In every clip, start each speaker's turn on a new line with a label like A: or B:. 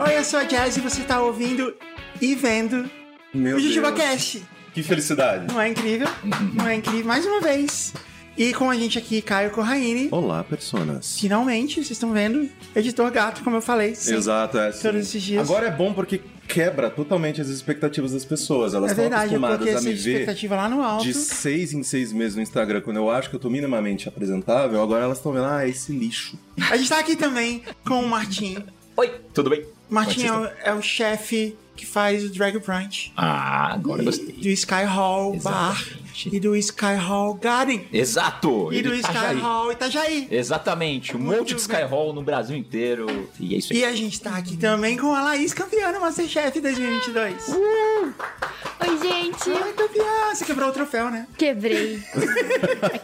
A: Oi, eu sou a Jazz e você tá ouvindo e vendo
B: Meu
A: o Jujuba
B: Deus.
A: Cast.
B: Que felicidade.
A: Não é incrível? Não é incrível? Mais uma vez. E com a gente aqui, Caio Corraine.
B: Olá, personas.
A: Finalmente, vocês estão vendo. Editor gato, como eu falei. sempre.
B: Exato, é.
A: Todos esses dias.
B: Agora é bom porque quebra totalmente as expectativas das pessoas. Elas
A: É
B: estão
A: verdade, eu
B: acostumadas
A: coloquei
B: a
A: essa
B: me ver
A: expectativa lá no alto.
B: de seis em seis meses no Instagram, quando eu acho que eu tô minimamente apresentável, agora elas estão vendo, ah, esse lixo.
A: A gente tá aqui também com o Martim.
C: Oi, tudo bem?
A: Martim é o,
C: Batista.
A: é o chefe que faz o Drag Brunch
C: Ah, agora gostei.
A: do Sky Hall Bar
C: Exatamente.
A: e do Sky Hall Garden
C: Exato!
A: e do
C: ele tá já
A: Sky
C: aí.
A: Hall Itajaí.
C: Exatamente, um
A: Muito
C: monte de
A: bem.
C: Skyhall no Brasil inteiro. E é isso aí.
A: E a gente tá aqui também com a Laís, campeã do Masterchef 2022.
D: Ah. Oi, gente!
A: Ai, campeã! Você quebrou o troféu, né?
D: Quebrei.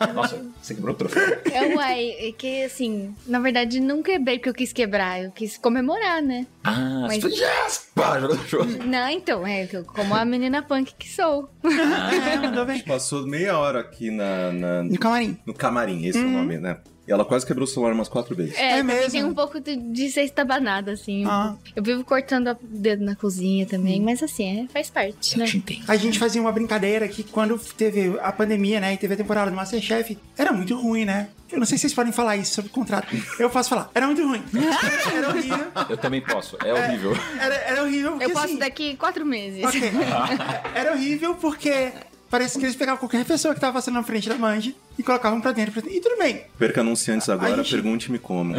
A: é-
C: Nossa, você quebrou o troféu.
D: Eu, uai, é que assim, na verdade, não quebrei porque eu quis quebrar, eu quis comemorar, né?
C: Ah,
D: Mas-
C: você foi yes! Pá, jogou no jogo.
D: Não, então, é que eu- como a menina punk que sou.
A: É, mandou bem.
B: Tipo, Passou meia hora aqui na, na-
A: No Uhum. camarim.
B: no camarim, esse é o nome, né? E ela quase quebrou o celular umas quatro vezes.
A: É
D: É, também
A: mesmo?
D: tem um pouco de, de ser estabanada, assim.
A: Ah. Hum.
D: Eu vivo cortando a- o dedo na cozinha também, mas assim, é, faz parte, né?
C: Te entendo.
A: A gente fazia uma brincadeira que quando teve a pandemia, né, e teve a temporada do Masterchef, era muito ruim, né? Eu não sei se vocês podem falar isso sobre o contrato. Eu posso falar. Era muito ruim. Era horrível.
C: Eu também posso, é horrível.
A: Era, era horrível. Porque,
D: Eu posso
A: assim,
D: daqui quatro meses.
A: ok. Era horrível porque parece que eles pegavam qualquer pessoa que tava passando na frente da Mandy e colocavam pra dentro. Pra dentro. E tudo bem.
B: Perca anunciantes agora,
A: gente- pergunte-me
B: pergunte-me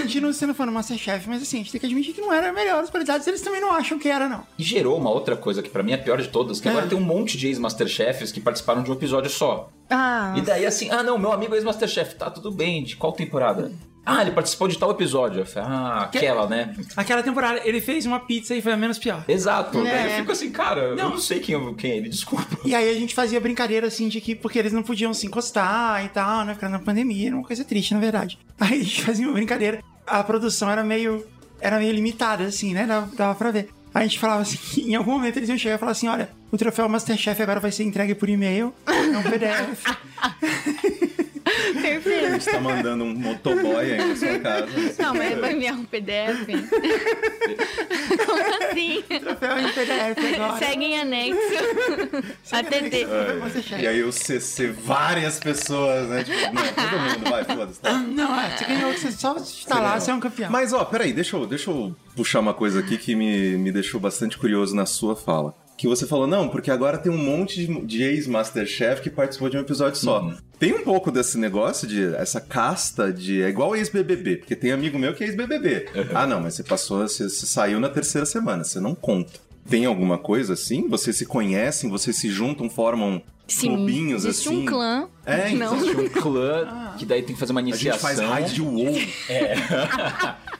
A: A gente não sendo fã do Masterchef, mas assim, a gente tem que admitir que não era a melhor as qualidades. Eles também não acham que era, não.
C: E gerou uma outra coisa que pra mim é a pior de todas, que
A: É.
C: agora tem um monte de ex-masterchefs que participaram de um episódio só.
D: Ah,
C: E daí assim, ah não, meu amigo é ex-masterchef, tá tudo bem, de qual temporada? Ah, ele participou de tal episódio. Eu falei, ah, aquela, né?
E: Aquela temporada, ele fez uma pizza e foi a menos pior.
C: Exato. Daí
D: É.
C: eu fico assim, cara, eu não sei quem, eu- quem é ele, desculpa.
A: E aí a gente fazia brincadeira assim de que porque eles não podiam se encostar e tal, né? Ficando na pandemia, era uma coisa triste, na verdade. Aí a gente fazia uma brincadeira. A produção era meio. era meio limitada, assim, né? Dava, dava pra ver. A gente falava assim, que em algum momento eles iam chegar e falar assim, olha, o troféu Masterchef agora vai ser entregue por e-mail, é um PDF.
D: perfeito.
B: Você tá mandando um motoboy aí na sua casa.
D: Não, mas vai enviar um PDF. Como assim?
A: troféu é em PDF agora.
D: Segue em anexo. ATT.
A: é Masterchef.
B: É. E aí o CC, várias pessoas, né? Tipo, não, todo mundo vai, foda-se. tá?
A: Não, é, você ganhou, você só está lá, você é um campeão.
B: Mas, ó, peraí, deixa eu, deixa eu puxar uma coisa aqui que me, me deixou bastante curioso na sua fala. Que você falou, não, porque agora tem um monte de, de ex-Masterchef que participou de um episódio só. Tem um pouco desse negócio de essa casta de. É igual ex-BBB, porque tem amigo meu que é ex-BBB. Ah, não, mas você passou, você, você saiu na terceira semana, você não conta. Tem alguma coisa assim? Vocês se conhecem, vocês se juntam, formam clubinhos
D: existe
B: assim?
D: um clã.
B: É, então,
D: não.
C: Existe um clã que daí tem que fazer uma
B: A gente
C: iniciação.
B: faz raid de WoW.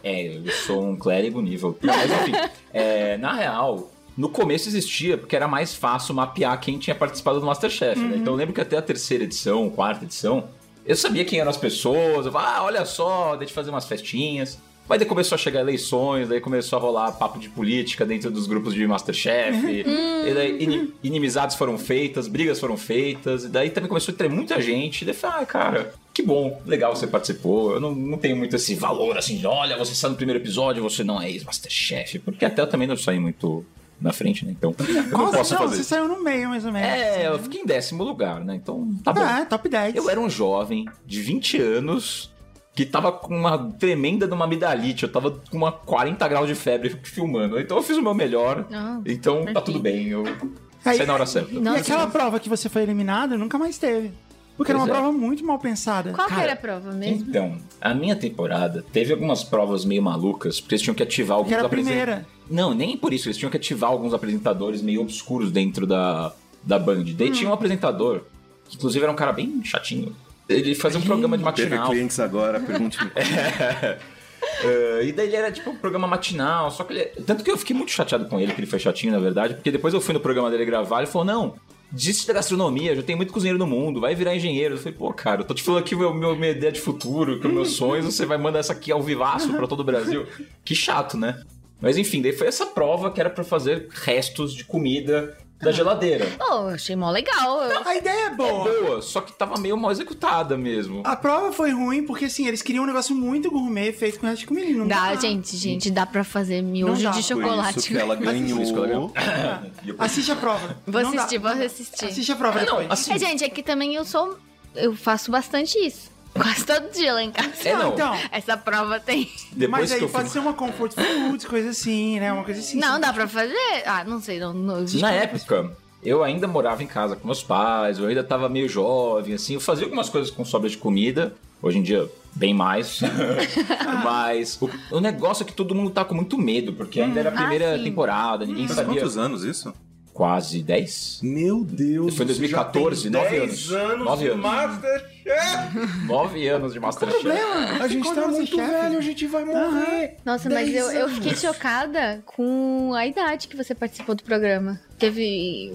C: É, eu sou um clérigo nível. Não, mas enfim, é, na real, no começo existia, porque era mais fácil mapear quem tinha participado do Masterchef, né? Então eu lembro que até a terceira edição, quarta edição, eu sabia quem eram as pessoas, eu falava, ah, olha só, deixa eu fazer umas festinhas. Mas daí começou a chegar eleições, daí começou a rolar papo de política dentro dos grupos de Masterchef, e daí ini- inimizades foram feitas, brigas foram feitas, e daí também começou a ter muita gente, e daí eu falei, ah, cara, que bom, legal você participou, eu não, não tenho muito esse valor, assim, de, olha, você está no primeiro episódio, você não é ex-Masterchef, porque até eu também não saí muito na frente, né, então eu não
A: Nossa,
C: posso
A: não,
C: fazer
A: você
C: isso.
A: saiu no meio, mais ou menos.
C: É, eu fiquei em décimo lugar, né, então tá bom.
A: Ah, top 10.
C: Eu era um jovem de 20 anos que tava com uma tremenda de uma amidalite. Eu tava com uma 40 graus de febre filmando. Então eu fiz o meu melhor.
D: Ah,
C: então tá
D: perfeito.
C: tudo bem. Eu
A: Aí-
C: saí na hora
A: E
C: certa.
D: Nossa,
A: aquela prova que você foi eliminado nunca mais teve. Porque era uma
C: Pois é.
A: prova muito mal pensada.
D: Qual que
C: Cara,
D: era a prova
A: é
D: mesmo?
C: Então, a minha temporada teve algumas provas meio malucas, porque eles tinham que ativar alguns
A: Que era a
C: apresen-
A: primeira.
C: Não, nem por isso. Eles tinham que ativar alguns apresentadores meio obscuros dentro da, da Band. Daí tinha um apresentador, que inclusive era um cara bem chatinho. Ele fazia um programa de
B: Teve
C: matinal.
B: clientes agora, pergunte-me.
C: Eh, e daí ele era tipo um programa matinal, só que ele. Tanto que eu fiquei muito chateado com ele, que ele foi chatinho, na verdade, porque depois eu fui no programa dele gravar, ele falou, não. Disse da gastronomia, já tem muito cozinheiro no mundo, vai virar engenheiro. Eu falei, pô, cara, eu tô te falando aqui meu, meu, minha ideia de futuro, que os meus sonhos, você vai mandar essa aqui ao vivaço pra todo o Brasil. Que chato, né? Mas enfim, daí foi essa prova que era pra fazer restos de comida da geladeira.
D: Pô, achei mó legal. Eu-
A: A ideia é boa.
C: Boa, só que tava meio mal executada mesmo.
A: A prova foi ruim porque, assim, eles queriam um negócio muito gourmet feito com resto de comida. Não
D: Dá, gente, gente, dá pra fazer miojo
A: dá,
D: de
A: por
B: Por isso
D: chocolate.
B: que
A: né?
B: ela ganhou.
C: Isso que ela ganhou. E eu-
A: Assiste a prova.
D: Vou
A: Não dá.
D: assistir, vou assistir.
A: Assiste a prova
C: Não,
A: depois.
C: assim,
D: É, gente, é que também eu sou. Eu faço bastante isso. Quase todo dia lá em casa.
C: É, não.
A: Então,
D: Essa prova tem.
C: depois
A: mas
C: que
A: aí
C: eu fui...
A: pode ser uma comfort food, coisa assim, né? Uma coisa assim.
D: não, dá pra fazer? Ah, não sei. Não, não,
C: Na época, eu ainda morava em casa com meus pais, eu ainda tava meio jovem, assim, eu fazia algumas coisas com sobra de comida. Hoje em dia, bem mais. né? Mas o, o negócio é que todo mundo tá com muito medo, porque ainda era a
D: Ah,
C: primeira
D: sim.
C: temporada, ninguém
B: Faz
C: sabia.
B: quantos anos isso?
C: Quase 10?
B: Meu Deus.
C: Foi em 2014,
B: já tem
C: nove
B: 10
C: anos. Nove
B: de
C: anos.
B: Masterchef.
C: 9 anos de Masterchef.
B: A gente tá muito velho, a gente
A: Tá.
B: vai morrer.
D: Nossa, mas
B: Dez
D: eu, eu
B: anos.
D: fiquei chocada com a idade que você participou do programa. Teve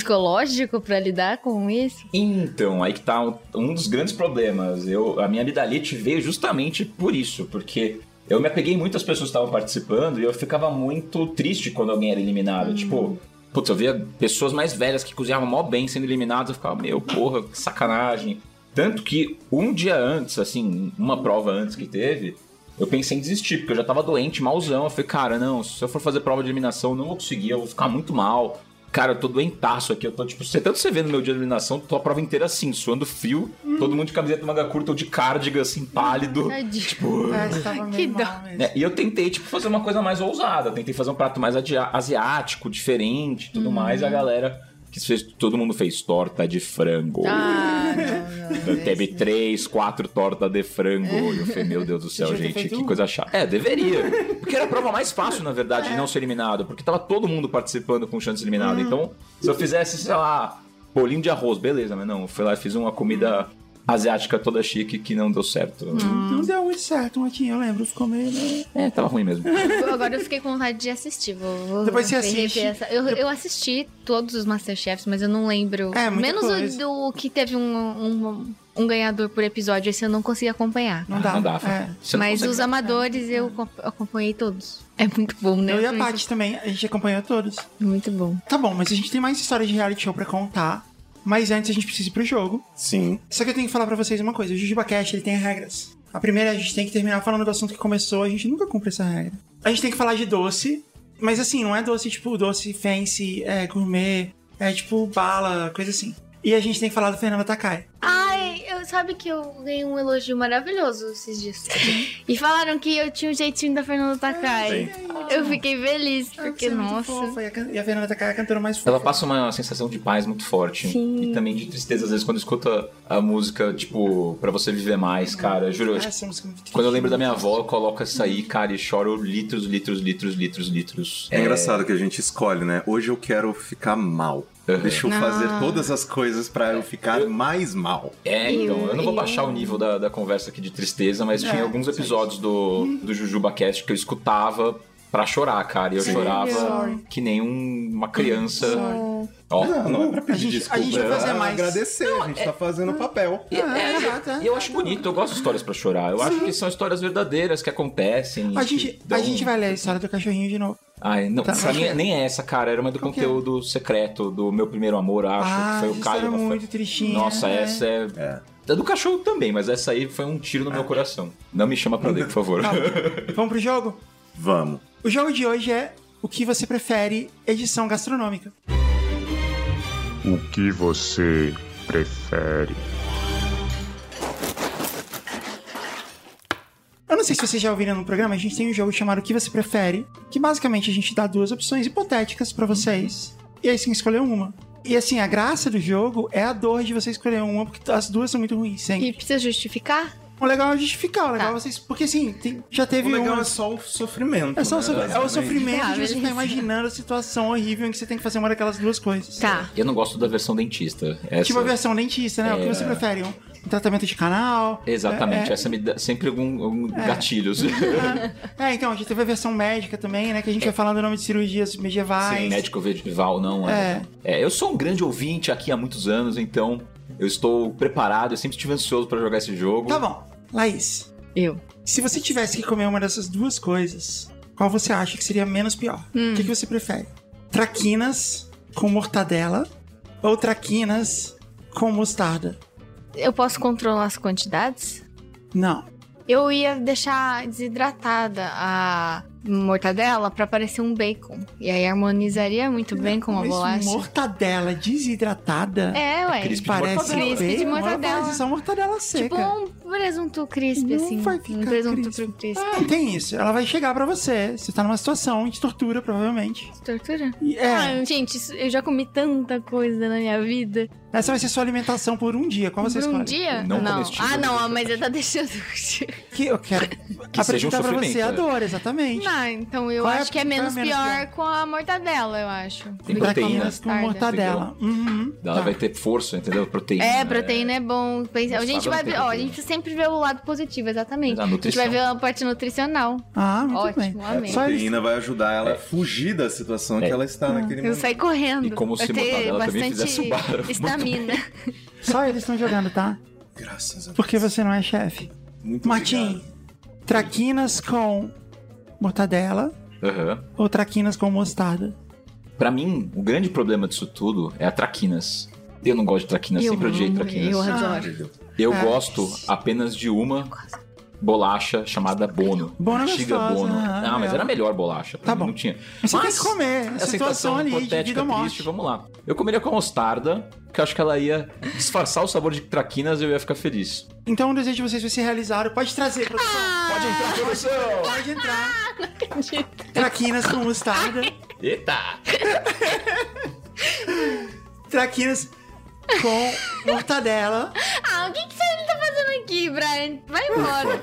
D: psicológico pra lidar com isso?
C: Então, aí que tá um, um dos grandes problemas. Eu, a minha amidalite veio justamente por isso, porque eu me apeguei muito às pessoas que estavam participando e eu ficava muito triste quando alguém era eliminado. Tipo, putz, eu via pessoas mais velhas que cozinhavam mó bem sendo eliminadas, eu ficava, meu, porra, que sacanagem. Tanto que um dia antes, assim, uma prova antes que teve, eu pensei em desistir, porque eu já tava doente, malzão. Eu falei, cara, não, se eu for fazer prova de eliminação, eu não vou conseguir, eu vou ficar muito mal. Cara, eu tô doentaço aqui, eu tô, tipo, você tanto você vê no meu dia de eliminação, tô a prova inteira assim, suando frio, todo mundo de camiseta manga curta ou de cardigan, assim, pálido.
D: Tadinho.
C: Tipo.
A: É, você tava meio
D: Que
A: mal
D: dó.
A: mesmo.
C: Né? E eu tentei, tipo, fazer uma coisa mais ousada. Tentei fazer um prato mais adia- asiático, diferente tudo mais. E a galera que fez. Todo mundo fez torta de frango.
D: Ah, não, não.
A: É
C: Eu Teve três, quatro tortas de frango. E eu falei, meu Deus do céu,
A: Devia ter
C: gente,
A: feito
C: que
A: um.
C: coisa chata. É, deveria. Porque era a prova mais fácil, na verdade,
A: É.
C: de não ser eliminado. Porque tava todo mundo participando com chance de
A: Hum.
C: eliminado. Então, se eu fizesse, sei lá, bolinho de arroz, beleza, mas não. Eu fui lá e fiz uma comida
A: Hum.
C: asiática toda chique que não deu certo.
A: Não deu muito certo, Matinho, eu lembro. Ficou meio. né?
C: É, tava ruim mesmo.
D: Agora eu fiquei com vontade de assistir. Vou, vou
A: Depois você
D: rever
A: assiste.
D: essa. Eu, eu assisti todos os Masterchefs, mas eu não lembro.
A: É, muita
D: Menos
A: coisa.
D: o do que teve um, um, um ganhador por episódio, esse eu não consegui acompanhar.
A: Não dá.
C: Não dá.
A: É.
C: Você não
D: mas
C: consegue.
D: os amadores eu acom- acompanhei todos. É muito bom, né?
A: Eu e a
D: Isso,
A: Paty também, a gente acompanhou todos.
D: Muito bom.
A: Tá bom, mas a gente tem mais história de reality show pra contar. Mas antes a gente precisa ir pro jogo.
B: Sim.
A: Só que eu tenho que falar pra vocês uma coisa. O Jujuba Cash, ele tem regras. A primeira é a gente tem que terminar falando do assunto que começou. A gente nunca cumpre essa regra. A gente tem que falar de doce. Mas assim, não é doce tipo doce fancy, é gourmet, é tipo bala, coisa assim. E a gente tem que falar do Fernando Takai.
D: Ai, eu, sabe que eu ganhei um elogio maravilhoso esses dias. E falaram que eu tinha um jeitinho da Fernanda Takai. Eu fiquei feliz, porque,
A: Você é muito
D: nossa.
A: fofa, E a, can- e a Fernanda Takai é a cantora mais fofa.
C: Ela passa uma sensação de paz muito forte.
D: Sim.
C: E também de tristeza, às vezes, quando escuta a música, tipo, pra você viver mais, cara. Juro, eu,
A: Ah,
C: tipo,
A: essa música é muito triste.
C: quando eu lembro da minha avó, eu coloco essa aí, cara, e choro litros, litros, litros, litros, litros.
B: É engraçado que a gente escolhe, né? Hoje eu quero ficar mal.
C: Uhum.
B: Deixa eu
A: Ah.
B: fazer todas as coisas pra eu ficar mais mal.
C: É, então, eu não vou
D: Eu-
C: baixar o nível da, da conversa aqui de tristeza, mas
A: É,
C: tinha alguns episódios do, do JujubaCast que eu escutava pra chorar, cara. E eu chorava
A: Sorry.
C: que nem um- uma criança. Ó,
B: Não, não é pra pedir
A: a gente-
B: desculpa.
A: a gente vai fazer
B: é
A: mais. é-
B: agradecer, a gente tá fazendo o papel.
A: Ah, é, exato, é.
C: E eu acho bonito, eu gosto de histórias pra chorar. Eu acho que são histórias verdadeiras que acontecem.
A: A
C: e que
A: gente, a
C: dão-
A: gente vai ler a história do cachorrinho de novo.
C: Ai, não,
A: Tá.
C: pra mim nem é essa, cara. Era uma do
A: Qual que é?
C: conteúdo secreto do meu primeiro amor, acho.
A: ah,
C: que foi
A: essa
C: o Caio.
A: história é
C: não foi?
A: muito tristinha.
C: Nossa,
A: né?
C: essa é.
B: É.
C: É do cachorro também, mas essa aí foi um tiro no meu coração. Não me chama pra ler, por favor.
A: Tá bom. Vamos pro jogo?
B: Vamos.
A: O jogo de hoje é o que você prefere edição gastronômica.
F: O que você prefere?
A: Eu não sei se vocês já ouviram no programa, a gente tem um jogo chamado O que você prefere, que basicamente a gente dá duas opções hipotéticas pra vocês, e aí você tem que escolher uma. E assim, a graça do jogo é a dor de você escolher uma, porque as duas são muito ruins, sempre.
D: E precisa justificar?
A: O legal é justificar, o legal
D: Tá.
A: é vocês. Porque assim, tem- já
B: O
A: teve
B: legal
A: uma.
B: é só o sofrimento.
A: É só o,
B: né,
A: sofr- é o
B: basicamente.
A: sofrimento
D: Ah,
A: de você
D: beleza.
A: estar imaginando a situação horrível em que você tem que fazer uma daquelas duas coisas.
D: Tá.
C: Eu não gosto da versão dentista. Essa...
A: Tipo a versão dentista, né? O que você
C: É.
A: prefere? Um um tratamento de canal?
C: Exatamente,
A: É,
C: essa me dá sempre algum, algum assim. gatilhos.
A: É, então, a gente teve a versão médica também, né? Que a gente vai falar do nome de cirurgias medievais.
C: Sim, médico medieval, não é. É, Eu sou um grande ouvinte aqui há muitos anos, então eu estou preparado, eu sempre estive ansioso pra jogar esse jogo.
A: Tá bom. Laís,
D: Eu.
A: se você tivesse que comer uma dessas duas
D: Hum.
A: coisas, qual você acha que seria menos pior? O que, que você prefere? Traquinas com mortadela ou traquinas com mostarda.
D: Eu posso controlar as quantidades?
A: Não.
D: Eu ia deixar desidratada a mortadela pra parecer um bacon. E aí harmonizaria muito bem com a
A: Mas
D: bolacha.
A: Mortadela desidratada
D: É, ué.
C: Crisp de
A: parece
C: mortadela.
A: um
D: Crisp de
A: bacon, ela
D: mortadela.
A: faz só mortadela
D: Tipo
A: seca.
D: um presunto crisp,
A: Não
D: assim.
A: vai ficar
D: Um presunto
A: crisp.
D: crisp.
A: Ah, tem isso. Ela vai chegar pra você. Você tá numa situação de tortura, provavelmente.
D: Tortura?
A: E, é,
D: Ah, gente, isso- eu já comi tanta coisa na minha vida.
A: essa vai ser sua alimentação por um dia. Qual você
D: Por um
A: escolhe?
D: dia?
C: Não comestível.
D: Ah, não, mas eu tá deixando.
A: Que eu quero
C: seja um
A: apresentar pra
C: sofrimento,
A: você a
C: né?
A: dor, exatamente.
D: não, então eu
A: Qual é a-
D: acho que é
A: qual é a
D: menos,
A: menos
D: pior,
A: pior?
D: com a mortadela, eu acho. do que com
C: proteína.
D: a
A: Traquinas com
D: mostarda.
A: mortadela. Uhum,
C: Ela
A: tá.
C: vai ter força, entendeu? Proteína.
D: É, proteína é bom. Pensa- A
C: Gostava
D: gente vai
C: não tem
D: ver, ó, a
C: é proteína.
D: gente sempre vê o lado positivo, exatamente.
C: A
D: A gente
C: nutrição.
D: vai ver a parte nutricional.
A: Ah, muito
D: Ótimo,
A: bem.
D: amém.
B: A
A: Só eles...
B: proteína vai ajudar ela
C: É.
B: a fugir da situação
C: É.
B: que ela
A: Hum.
B: está naquele
D: Eu
B: momento.
D: saí correndo.
C: E como
D: Vai
C: se
D: ter
C: mortadela também É
D: bastante
C: fizesse o barulho. Muito
D: estamina.
A: Só eles estão jogando, tá?
B: Graças a Deus.
A: Porque você não é chefe.
B: Muito
A: Martim,
B: obrigado.
A: traquinas com mortadela
C: Aham.
A: ou traquinas com mostarda?
C: Pra mim, o grande problema disso tudo é a traquinas. Eu não gosto de traquinas,
D: Eu
C: sempre odiei
D: amo,
C: traquinas. Eu,
D: eu adoro.
A: Ah.
C: gosto apenas de uma bolacha chamada Bono.
A: Bono é
C: Bexiga
A: gostosa,
C: Bono.
A: ah,
C: Ah, mas
A: legal.
C: era a melhor bolacha. pra
A: Tá
C: mim,
A: bom.
C: Não tinha.
A: Mas você tem que comer, a
C: essa
A: situação ali de vida
C: hipotética,
A: ou morte.
C: triste, vamos lá. Eu comeria com a mostarda, porque eu acho que ela ia disfarçar o sabor de traquinas e eu ia ficar feliz.
A: Então o desejo de vocês vai se realizar. Pode trazer, produção.
C: Pode entrar, produção!
A: Pode entrar.
D: Ah,
A: Traquinas com mostarda.
C: Eita!
A: Traquinas com mortadela.
D: Ah, o que, que você tá fazendo aqui, Brian? Vai embora.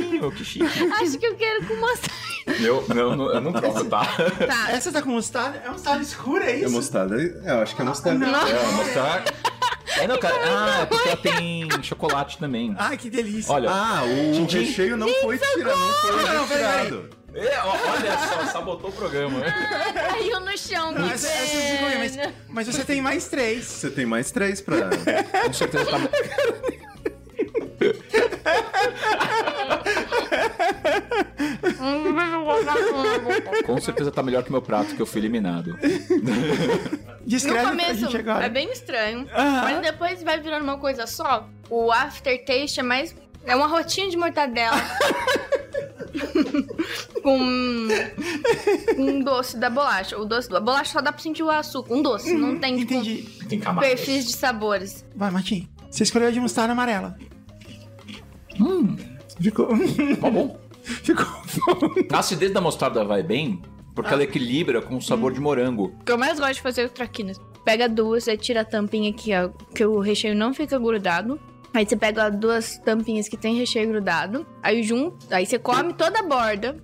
C: Ih, meu, Oh, que chique.
D: acho que eu quero com mostarda.
C: Eu, não, não- eu não troco, tá?
D: Tá.
A: Essa tá com mostarda? É mostarda escura, é
B: É
A: isso?
B: mostarda. É, Eu acho que é mostarda.
C: É, mostarda. É, não, cara. Ah, é porque ela tem chocolate também.
A: Ai, que delícia.
C: Olha,
B: Ah, o recheio não foi tirado, não foi
A: Não, peraí.
B: retirado.
C: É, ó, olha só, sabotou o programa. né?
D: Caiu no chão,
A: Não, essa- essa eu sei qual é, mas-
D: pequeno.
A: Mas você tem mais três.
B: Você tem mais três pra...
C: Com certeza tá. Com certeza tá melhor que meu prato, que eu fui eliminado.
A: Descreve
D: No
A: pra gente
D: começo
A: agora.
D: é bem estranho,
A: Aham.
D: mas depois vai virando uma coisa só. O aftertaste é mais. É uma rotinha de mortadela. com com um doce da bolacha. O doce da bolacha só dá pra sentir o açúcar. Um doce, não tem tipo,
A: Entendi.
C: Tem camada.
D: perfis de sabores.
A: Vai, Martim. Você escolheu a de mostarda amarela. Ficou.
C: Tá bom.
A: Ficou bom.
C: A acidez da mostarda vai bem, porque ela equilibra com o sabor de morango.
D: O que eu mais gosto de fazer é o traquinas. Pega duas, aí tira a tampinha aqui, ó, que o recheio não fica grudado. Aí você pega duas tampinhas que tem recheio grudado, aí junta, aí você come toda a borda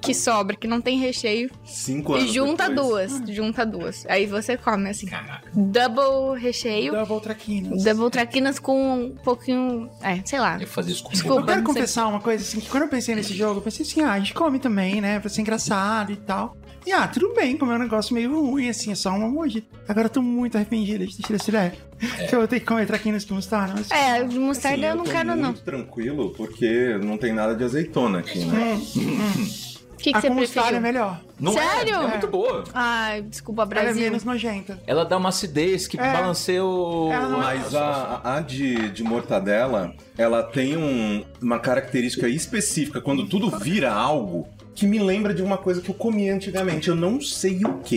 D: que sobra, que não tem recheio,
B: Cinco
D: e
B: anos
D: junta
B: depois.
D: duas, junta duas. Aí você come assim,
C: Caraca.
D: double recheio,
A: Double traquinas.
D: double traquinas com um pouquinho, é, sei lá.
C: Eu fazer isso com
D: Desculpa.
A: Eu quero
D: Não sei.
A: confessar uma coisa, assim, que quando eu pensei nesse jogo, eu pensei assim, ah, a gente come também, né? Pra ser engraçado e tal. E ah, tudo bem, comer um negócio meio ruim, assim, é só uma mordida. Agora eu tô muito arrependida de ter tido essa ideia.
C: É.
A: Que eu vou ter que comer traquinas com mostarda. Mas...
D: É, de
B: Assim,
D: mostarda eu não
B: tô
D: quero não.
B: muito tranquilo, porque não tem nada de azeitona aqui, né?
D: É. O que, que
A: a
D: você
A: com mostarda é
D: preferiu?
A: melhor.
C: Não
D: Sério?
C: É, é muito boa.
D: Ai, desculpa,
A: Ela é
D: Brasil.
A: menos nojenta.
C: Ela dá uma acidez que
A: É.
C: balanceia o.
A: Ela não é-
B: Mas a, a de, de mortadela, ela tem um- uma característica específica quando tudo vira algo que me lembra de uma coisa que eu comia antigamente. Eu não sei o que.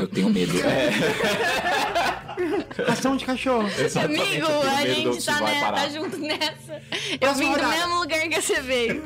C: Eu tenho medo. É,
A: Ração de cachorro.
C: exatamente,
D: Amigo,
C: eu tenho medo
D: a
C: de onde
D: gente
C: isso
D: tá,
C: vai
D: ne-
C: parar.
D: tá junto nessa. Eu
A: Próxima
D: vim do
A: rodada.
D: mesmo lugar que você veio.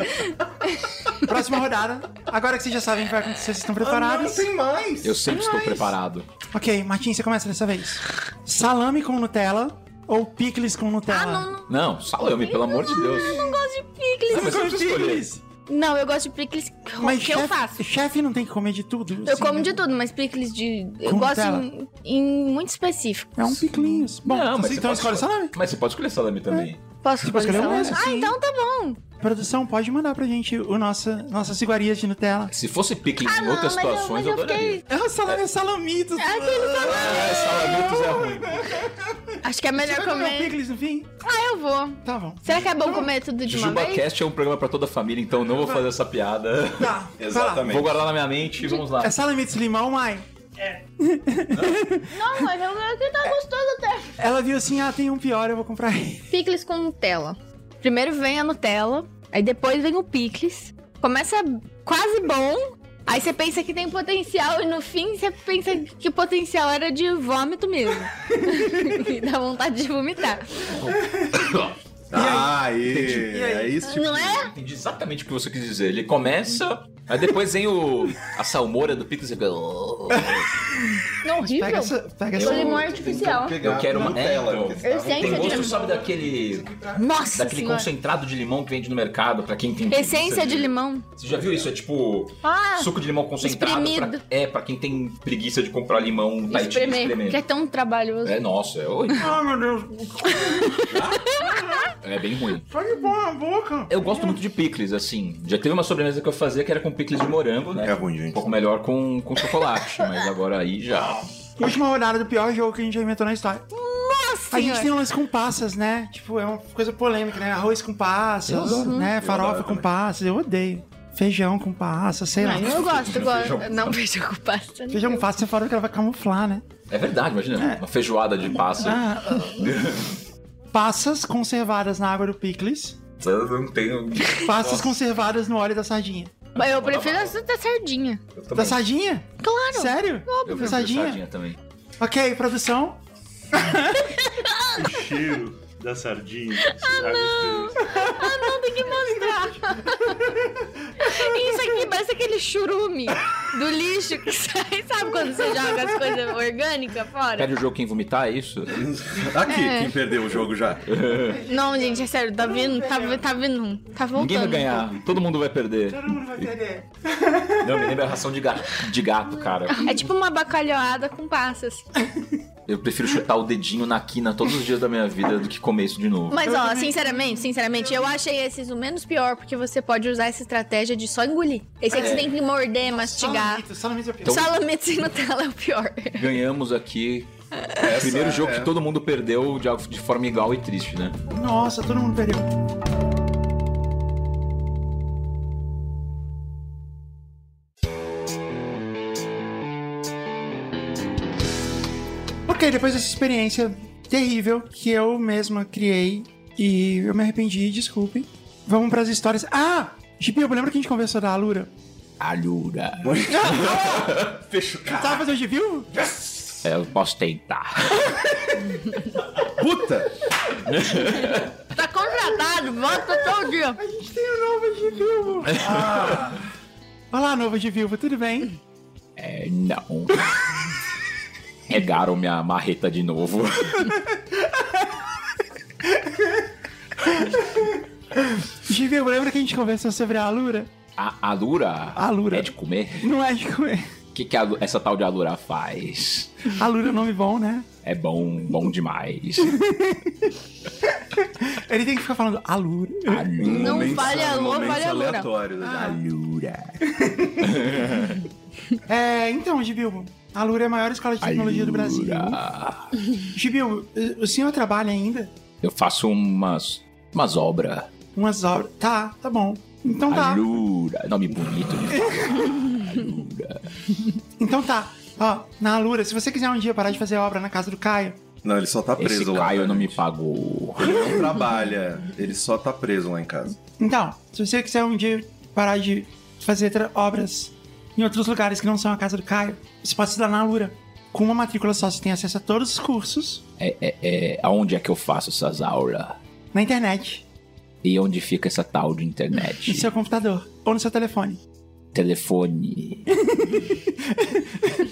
A: Próxima rodada. Agora que vocês já sabem o que vai acontecer, vocês estão preparados?
B: não tem mais!
C: Eu sempre estou preparado.
A: Ok, Martim, você começa dessa vez. Salame com Nutella ou picles com Nutella?
D: Ah, não, não
C: Não, salame, pelo amor de Deus.
D: gosto de picles.
C: Mas eu preciso escolher.
D: Não, eu gosto de picles que
A: Mas
D: que eu
A: chefe-
D: faço.
A: Chefe não tem que comer de tudo?
D: Eu
A: assim,
D: como
A: né?
D: de tudo, mas picles de. Eu
A: Com
D: gosto em,
A: Nutella?
D: em muito específico.
A: É um piclinhos. Bom,
C: Não, mas
A: você
C: você
A: então
C: pode
A: escolhe
C: escolher-
A: salame.
C: Mas você pode escolher salame também.
D: Posso
A: Tipo,
D: escolher
A: escolheu
D: salame?
A: mesmo,
D: Ah,
A: sim.
D: então tá bom.
A: Produção, pode mandar pra gente o nossa, nossas iguarias de Nutella.
C: Se fosse pique em
D: Ah, não,
C: outras
D: mas eu-
C: situações,
D: mas
C: eu,
D: eu fiquei-
C: adoraria.
A: Ah, salame é salamitos.
D: É aquele salame.
C: É, salamitos é ruim.
D: Acho que é
A: Você
D: melhor
A: vai comer
D: comer.
A: picles no fim?
D: Ah, eu vou.
A: Tá bom.
D: Será que é bom comer tudo de uma vez?
C: JujubaCast é um programa pra toda a família, então eu não vou fazer essa piada.
A: Tá, vai lá.
B: Exatamente.
C: Vou guardar na minha mente e vamos lá.
A: É salamitos limão, mãe?
D: Não, mas eu quero que tá gostoso até.
A: Ela viu assim, ah, tem um pior, eu vou comprar ele.
D: Picles com Nutella. Primeiro vem a Nutella, aí depois vem o picles. Começa quase bom, aí você pensa que tem potencial e no fim você pensa que o potencial era de vômito mesmo. e dá vontade de vomitar.
B: Ah,
A: Entendi. E
B: aí,
A: aí?
B: é isso tipo.
D: Não é?
C: Entendi exatamente o que você quis dizer. Ele começa, aí depois vem o, a salmoura do Pix e fica.
D: Não é horrível?
A: Pega essa. Pega
D: Eu-
A: essa.
D: limão é artificial.
C: Eu quero uma- é, então.
D: Eu
C: Tem
D: sei que
C: gosto,
D: limão.
C: sabe, daquele,
D: Nossa
C: daquele
D: senhora.
C: concentrado de limão que vende no mercado, pra quem tem.
D: Essência de limão.
C: Você já viu isso? É tipo
D: Ah,
C: suco de limão concentrado.
D: espremido.
C: pra- é, pra quem tem preguiça de comprar limão taitinho
D: espremer, que é
C: espremendo.
D: tão trabalhoso.
C: É, nossa, é horrível.
A: Ah, meu Deus.
D: Ah.
C: É bem ruim.
A: Pode pôr na boca.
C: Eu gosto muito de picles, assim. Já teve uma sobremesa que eu fazia que era com picles de morango, né?
B: É ruim, gente.
C: Um pouco melhor com, com chocolate, mas agora aí já.
A: Última rodada do pior jogo que a gente já inventou na história.
D: Nossa
A: A gente
D: senhora.
A: tem um lance com passas, né? Tipo, é uma coisa polêmica, né? Arroz com passas, né? Farofa
B: adoro
A: com
B: também.
A: passas, eu odeio. Feijão com passas, sei lá.
D: Não, eu gosto, eu gosto.
C: Feijão.
D: Não, feijão com pasta.
A: um Feijão com passas, você fala que ela vai camuflar, né?
C: É verdade, imagina. Uma feijoada de pássaro.
A: Ah, passas conservadas na água do picles,
C: Eu não tenho.
A: passas conservadas no óleo da sardinha.
D: Mas
C: Tá
D: eu prefiro a da sardinha.
C: Eu
B: Tá
C: também.
A: Da sardinha?
D: Claro.
A: Sério?
C: Eu
A: Da
C: prefiro
A: sardinha?
C: sardinha também.
A: Ok, produção.
G: O cheiro da sardinha. sabe?
D: Não, tem que mostrar. Isso aqui parece aquele churume do lixo que sai. Sabe quando você joga as coisas orgânicas fora?
C: Pede o jogo quem vomitar, é isso?
B: Aqui,
D: É.
B: quem perdeu o jogo já.
D: Não, gente, é sério. Tá vindo, tá, vi- tá vindo. um. Tá voltando.
C: Ninguém vai ganhar, todo mundo vai perder.
A: Todo mundo vai perder.
C: Não, me lembra a ração de gato, de gato, cara.
D: É tipo uma bacalhoada com passas.
C: Eu prefiro chutar o dedinho na quina todos os dias da minha vida do que comer isso de novo.
D: Mas, ó, sinceramente, sinceramente, eu achei esses o menos pior, porque você pode usar essa estratégia de só engolir. Esse
C: É.
D: aqui você tem que morder, mastigar.
A: Salamito, salamito é o pior.
C: Então-
D: Salamete sem Nutella é o pior.
C: Ganhamos aqui. o primeiro jogo que todo mundo perdeu de, algo- de forma igual e triste, né?
A: Nossa, todo mundo perdeu. Ok, depois dessa experiência terrível que eu mesma criei e eu me arrependi, desculpem. Vamos pras histórias. Ah! Gipinho, lembra que a gente conversou da Alura?
C: Alura.
B: Tá
A: Tava fazendo Gipinho?
C: É, eu posso tentar.
B: Puta!
D: Tá contratado, volta todo dia.
A: A gente tem o novo Gipinho! Ah. Olá, novo Gipinho, tudo bem?
C: É, não. Pegaram minha marreta de novo.
A: Gipinho, lembra que a gente conversou sobre a Alura?
C: A alura,
A: Alura.
C: é de comer?
A: Não é de comer.
C: O que, que a- essa tal de alura faz?
A: Alura é um nome bom, né?
C: É bom, bom demais.
A: Ele tem que ficar falando Alura.
C: Alura.
D: Não
B: Momentos-
D: vale Ah. alô,
B: momentos
D: vale alura.
B: aleatórios, né?
C: Alura.
A: É, então, Gibilbo, a Alura é a maior escola de tecnologia do Brasil.
C: Alura.
A: Gibilbo, o- o senhor trabalha ainda?
C: Eu faço umas, umas obras.
A: Umas obras. Tá, tá bom. Então tá.
C: Alura. Nome bonito. né?
A: Então tá. Ó, na Alura, se você quiser um dia parar de fazer obra na casa do Caio,
B: Não, ele só tá preso
C: Esse
B: lá.
C: Caio
B: né,
C: não me
B: gente?
C: pagou.
B: Ele não trabalha, ele só tá preso lá em casa.
A: então, se você quiser um dia parar de fazer tra- obras em outros lugares que não são a casa do Caio, você pode estudar na Alura. Com uma matrícula só, você tem acesso a todos os cursos
C: É, é, é, aonde é que eu faço essas aulas?
A: na internet,
C: E onde fica essa tal de internet?
A: no seu computador ou no seu telefone.
C: Telefone.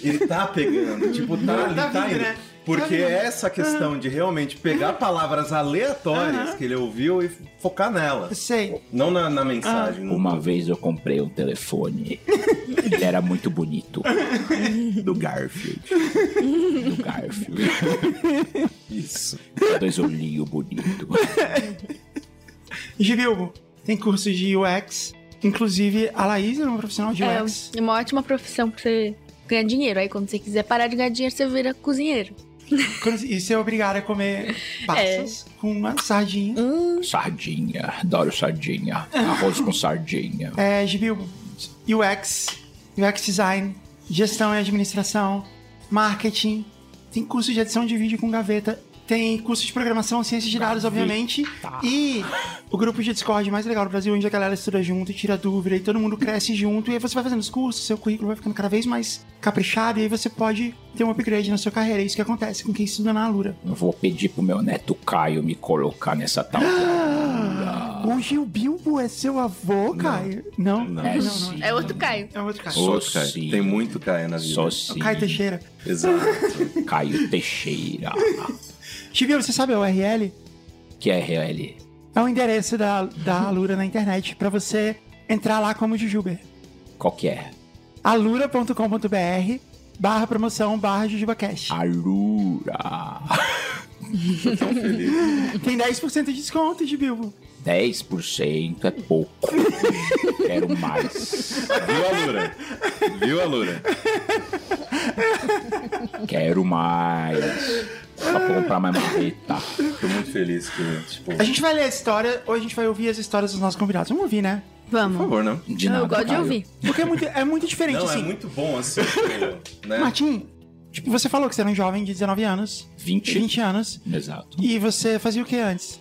B: Ele tá pegando, tipo, tá, ele
A: tá
B: tá,
A: vindo,
B: indo.
A: né?
B: Porque
D: Tá
A: vindo.
B: essa questão de realmente pegar palavras aleatórias que ele ouviu e focar
A: Eu
B: nelas.
A: sei.
B: Não na, na
D: Ah.
B: mensagem. no-
C: Uma vez eu comprei um telefone. Ele era muito bonito. Do Garfield. Do Garfield.
B: Isso.
C: Dois olhinhos bonitos.
A: Gibilbo, tem curso de UX. Inclusive, a Laís é uma profissional de
D: É
A: UX.
D: é uma ótima profissão pra você ganhar dinheiro. Aí quando você quiser parar de ganhar dinheiro, você vira cozinheiro.
A: Quando- E você é obrigado a comer passas com uma sardinha.
C: Sardinha. Adoro sardinha. Arroz com sardinha.
A: É, Gibilbo, UX, UX Design, gestão e administração, marketing, tem curso de edição de vídeo com gaveta, tem curso de programação, ciência de dados, obviamente. E o grupo de Discord mais legal do Brasil, onde a galera estuda junto e tira dúvida, e todo mundo cresce junto, e aí você vai fazendo os cursos, seu currículo vai ficando cada vez mais caprichado, e aí você pode ter um upgrade na sua carreira. É isso que acontece com quem estuda na Alura.
C: Eu vou pedir pro meu neto Caio me colocar nessa tal.
A: Ah. O Gil Bilbo é seu avô, Caio? Não, não, não. não.
D: É outro Caio.
A: É outro Caio.
C: Só
B: Outro, Caio.
C: sim.
B: Tem muito Caio na vida.
C: Só se
A: Caio Teixeira.
B: Exato.
C: Caio Teixeira.
A: Tibio, você sabe a URL?
C: Que é RL.
A: É o endereço da, da Alura na internet pra você entrar lá como Jujuber.
C: Qual que é?
A: alura.com.br barra promoção barra JujubaCast.
B: Ah.
C: Alura.
A: Tem 10% de desconto de Bilbo.
C: 10% é pouco. Quero mais.
B: Viu a Lura? Viu a Lura?
C: Quero mais. Dá pra comprar mais marreta.
B: Tô muito feliz que, tipo,
A: A gente vai ler a história ou a gente vai ouvir as histórias dos nossos convidados. Vamos ouvir, né?
B: por
D: Vamos.
B: favor, não.
C: De nada,
D: Ah, Eu gosto de
C: Caio.
D: ouvir.
A: Porque é muito, é muito diferente,
B: Não, é
A: assim.
B: muito bom assim, tipo, né?
A: Martim, tipo, você falou que você era um jovem de 19 anos,
C: 20.
A: 20 anos,
C: Exato.
A: e você fazia o que antes?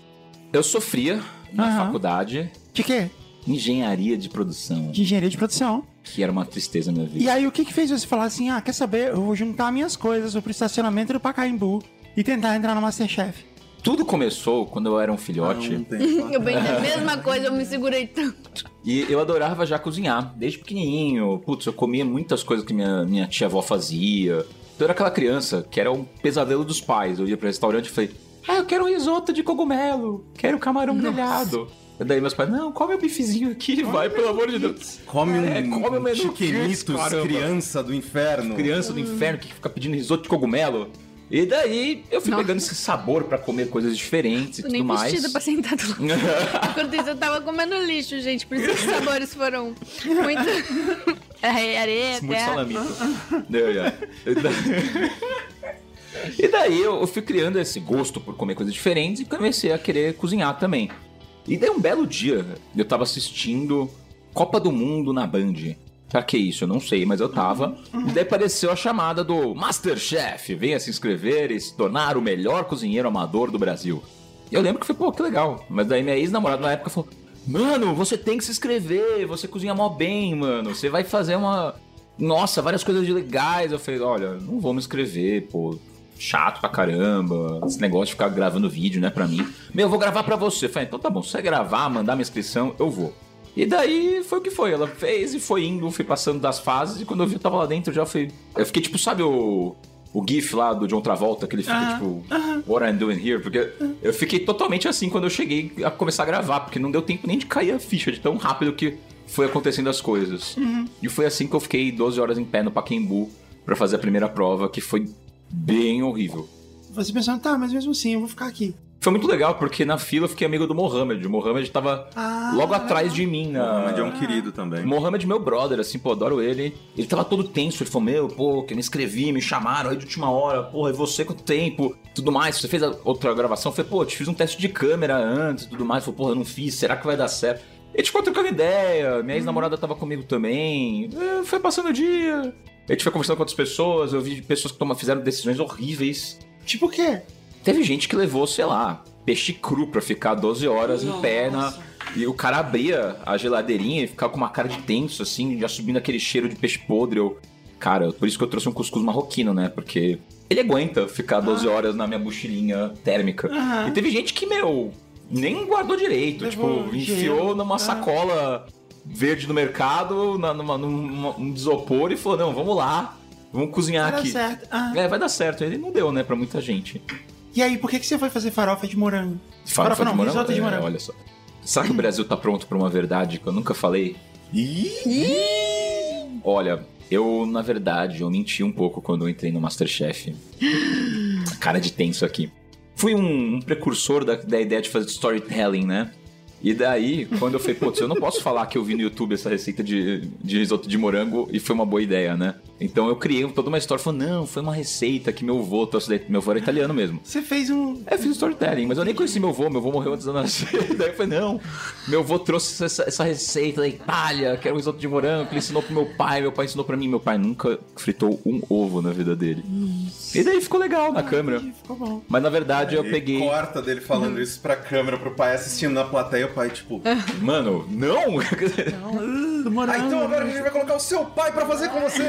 C: Eu sofria na
A: Aham.
C: faculdade
A: De quê?
C: engenharia de produção,
A: De engenharia de produção.
C: que era uma tristeza na minha vida.
A: E aí, o que que fez você falar assim, ah, quer saber, eu vou juntar minhas coisas, vou pro estacionamento do Pacaembu e tentar entrar no Masterchef?
C: Tudo começou quando eu era um filhote.
B: Não tem.
D: Eu pensei a mesma coisa, eu me segurei tanto.
C: E eu adorava já cozinhar, desde pequenininho. Putz, eu comia muitas coisas que minha, minha tia-avó fazia. Eu era aquela criança que era um pesadelo dos pais. Eu ia pro restaurante e falei, ah, eu quero um risoto de cogumelo, quero camarão grelhado. E daí meus pais, não, come o bifezinho aqui, vai, pelo amor de Deus.
B: Come um,
C: É, come um
B: um
C: menu
B: chiquenitos,
C: kids, caramba.
B: criança do inferno.
C: Criança do inferno que fica pedindo risoto de cogumelo. E daí eu fui
D: Nossa.
C: pegando esse sabor pra comer coisas diferentes e
D: Tô
C: tudo
D: nem
C: mais.
D: vestida pra sentar do lado. Enquanto isso, eu tava comendo lixo, gente. Por isso que os sabores foram muito. Are-
B: É
D: Areia,
C: é Muito
D: terra.
C: salamito. Não, já. E da- E daí eu eu fui criando esse gosto por comer coisas diferentes e comecei a querer cozinhar também. E daí um belo dia eu tava assistindo Copa do Mundo na Band. Pra que isso? Eu não sei, mas eu tava. E daí apareceu a chamada do Masterchef. Venha se inscrever e se tornar o melhor cozinheiro amador do Brasil. E eu lembro que foi, pô, que legal. Mas daí minha ex-namorada na época falou: Mano, você tem que se inscrever, você cozinha mó bem, mano. Você vai fazer uma. Nossa, várias coisas de legais. Eu falei, olha, não vou me inscrever, pô. Chato pra caramba. Esse negócio de ficar gravando vídeo, né, pra mim. Meu, eu vou gravar pra você. Eu falei, então tá bom, se você gravar, mandar minha inscrição, eu vou. E daí foi o que foi. Ela fez e foi indo, fui passando das fases, e quando eu vi, eu tava lá dentro, eu já fui. Eu fiquei tipo, sabe o. O GIF lá do John Travolta, que ele fica tipo, What I'm doing here? Porque eu fiquei totalmente assim quando eu cheguei a começar a gravar, porque não deu tempo nem de cair a ficha de tão rápido que foi acontecendo as coisas. E foi assim que eu fiquei 12 horas em pé no Paquembu pra fazer a primeira prova, que foi bem horrível.
A: Você pensando, tá, mas mesmo assim, eu vou ficar aqui.
C: Foi muito legal, porque na fila eu fiquei amigo do Mohamed. O Mohamed tava
A: Ah,
C: logo atrás de mim na.
B: Ah, mas é um querido também.
C: Mohamed, meu brother, assim, pô, adoro ele. Ele tava todo tenso, ele falou, meu, pô, que eu me inscrevi, me chamaram aí de última hora, porra, e você com o tempo, tudo mais. Você fez a outra gravação, eu falei, pô, eu te fiz um teste de câmera antes, tudo mais. Eu falei, porra, eu não fiz, será que vai dar certo? E tipo, trocando ideia, minha ex-namorada tava comigo também, é, foi passando o dia. A gente foi conversando com outras pessoas, eu vi pessoas que toma- fizeram decisões horríveis.
A: Tipo o quê?
C: Teve gente que levou, sei lá, peixe cru pra ficar 12 horas em pé na- E o cara abria a geladeirinha e ficava com uma cara de tenso, assim, já subindo aquele cheiro de peixe podre. Eu... Cara, por isso que eu trouxe um cuscuz marroquino, né? Porque ele aguenta ficar 12
A: Ah.
C: horas na minha mochilinha térmica. E teve gente que, meu, nem guardou direito.
A: Levou Ah. gelo.
C: tipo, enfiou numa sacola verde no mercado, na, numa, numa, num isopor e falou, não, vamos lá, vamos cozinhar
A: Vai dar
C: aqui.
A: certo. Ah.
C: É, vai dar certo. Ele não deu, né, pra muita gente.
A: E aí, por que, que você foi fazer farofa de morango?
C: Farofa,
A: Farofa
C: de
A: não,
C: morango?
A: risoto de
C: É,
A: morango.
C: olha só. Será que o Brasil tá pronto pra uma verdade que eu nunca falei? Olha, eu, na verdade, eu menti um pouco quando eu entrei no Masterchef. Cara de tenso aqui. Fui um, um precursor da, da ideia de fazer storytelling, né? E daí, quando eu falei, putz, eu não posso falar que eu vi no YouTube essa receita de, de risoto de morango e foi uma boa ideia, né? Então eu criei toda uma história falando, não, foi uma receita que meu avô trouxe. daí." Meu avô era italiano mesmo.
A: Você fez um.
C: É, eu fiz storytelling, mas eu nem conheci meu avô, meu avô morreu antes de eu nascer. Daí eu falei, não, meu avô trouxe essa, essa receita da Itália, que era um risoto de morango, que ele ensinou pro meu pai, meu pai ensinou pra mim, meu pai nunca fritou um ovo na vida dele. E daí ficou legal na câmera.
A: Ficou bom.
C: Mas na verdade eu
B: E
C: peguei.
B: corta dele falando isso pra câmera, pro pai assistindo na plateia, o pai, tipo...
C: Mano, não!
B: Ah, então agora a gente vai colocar o seu pai pra fazer com você!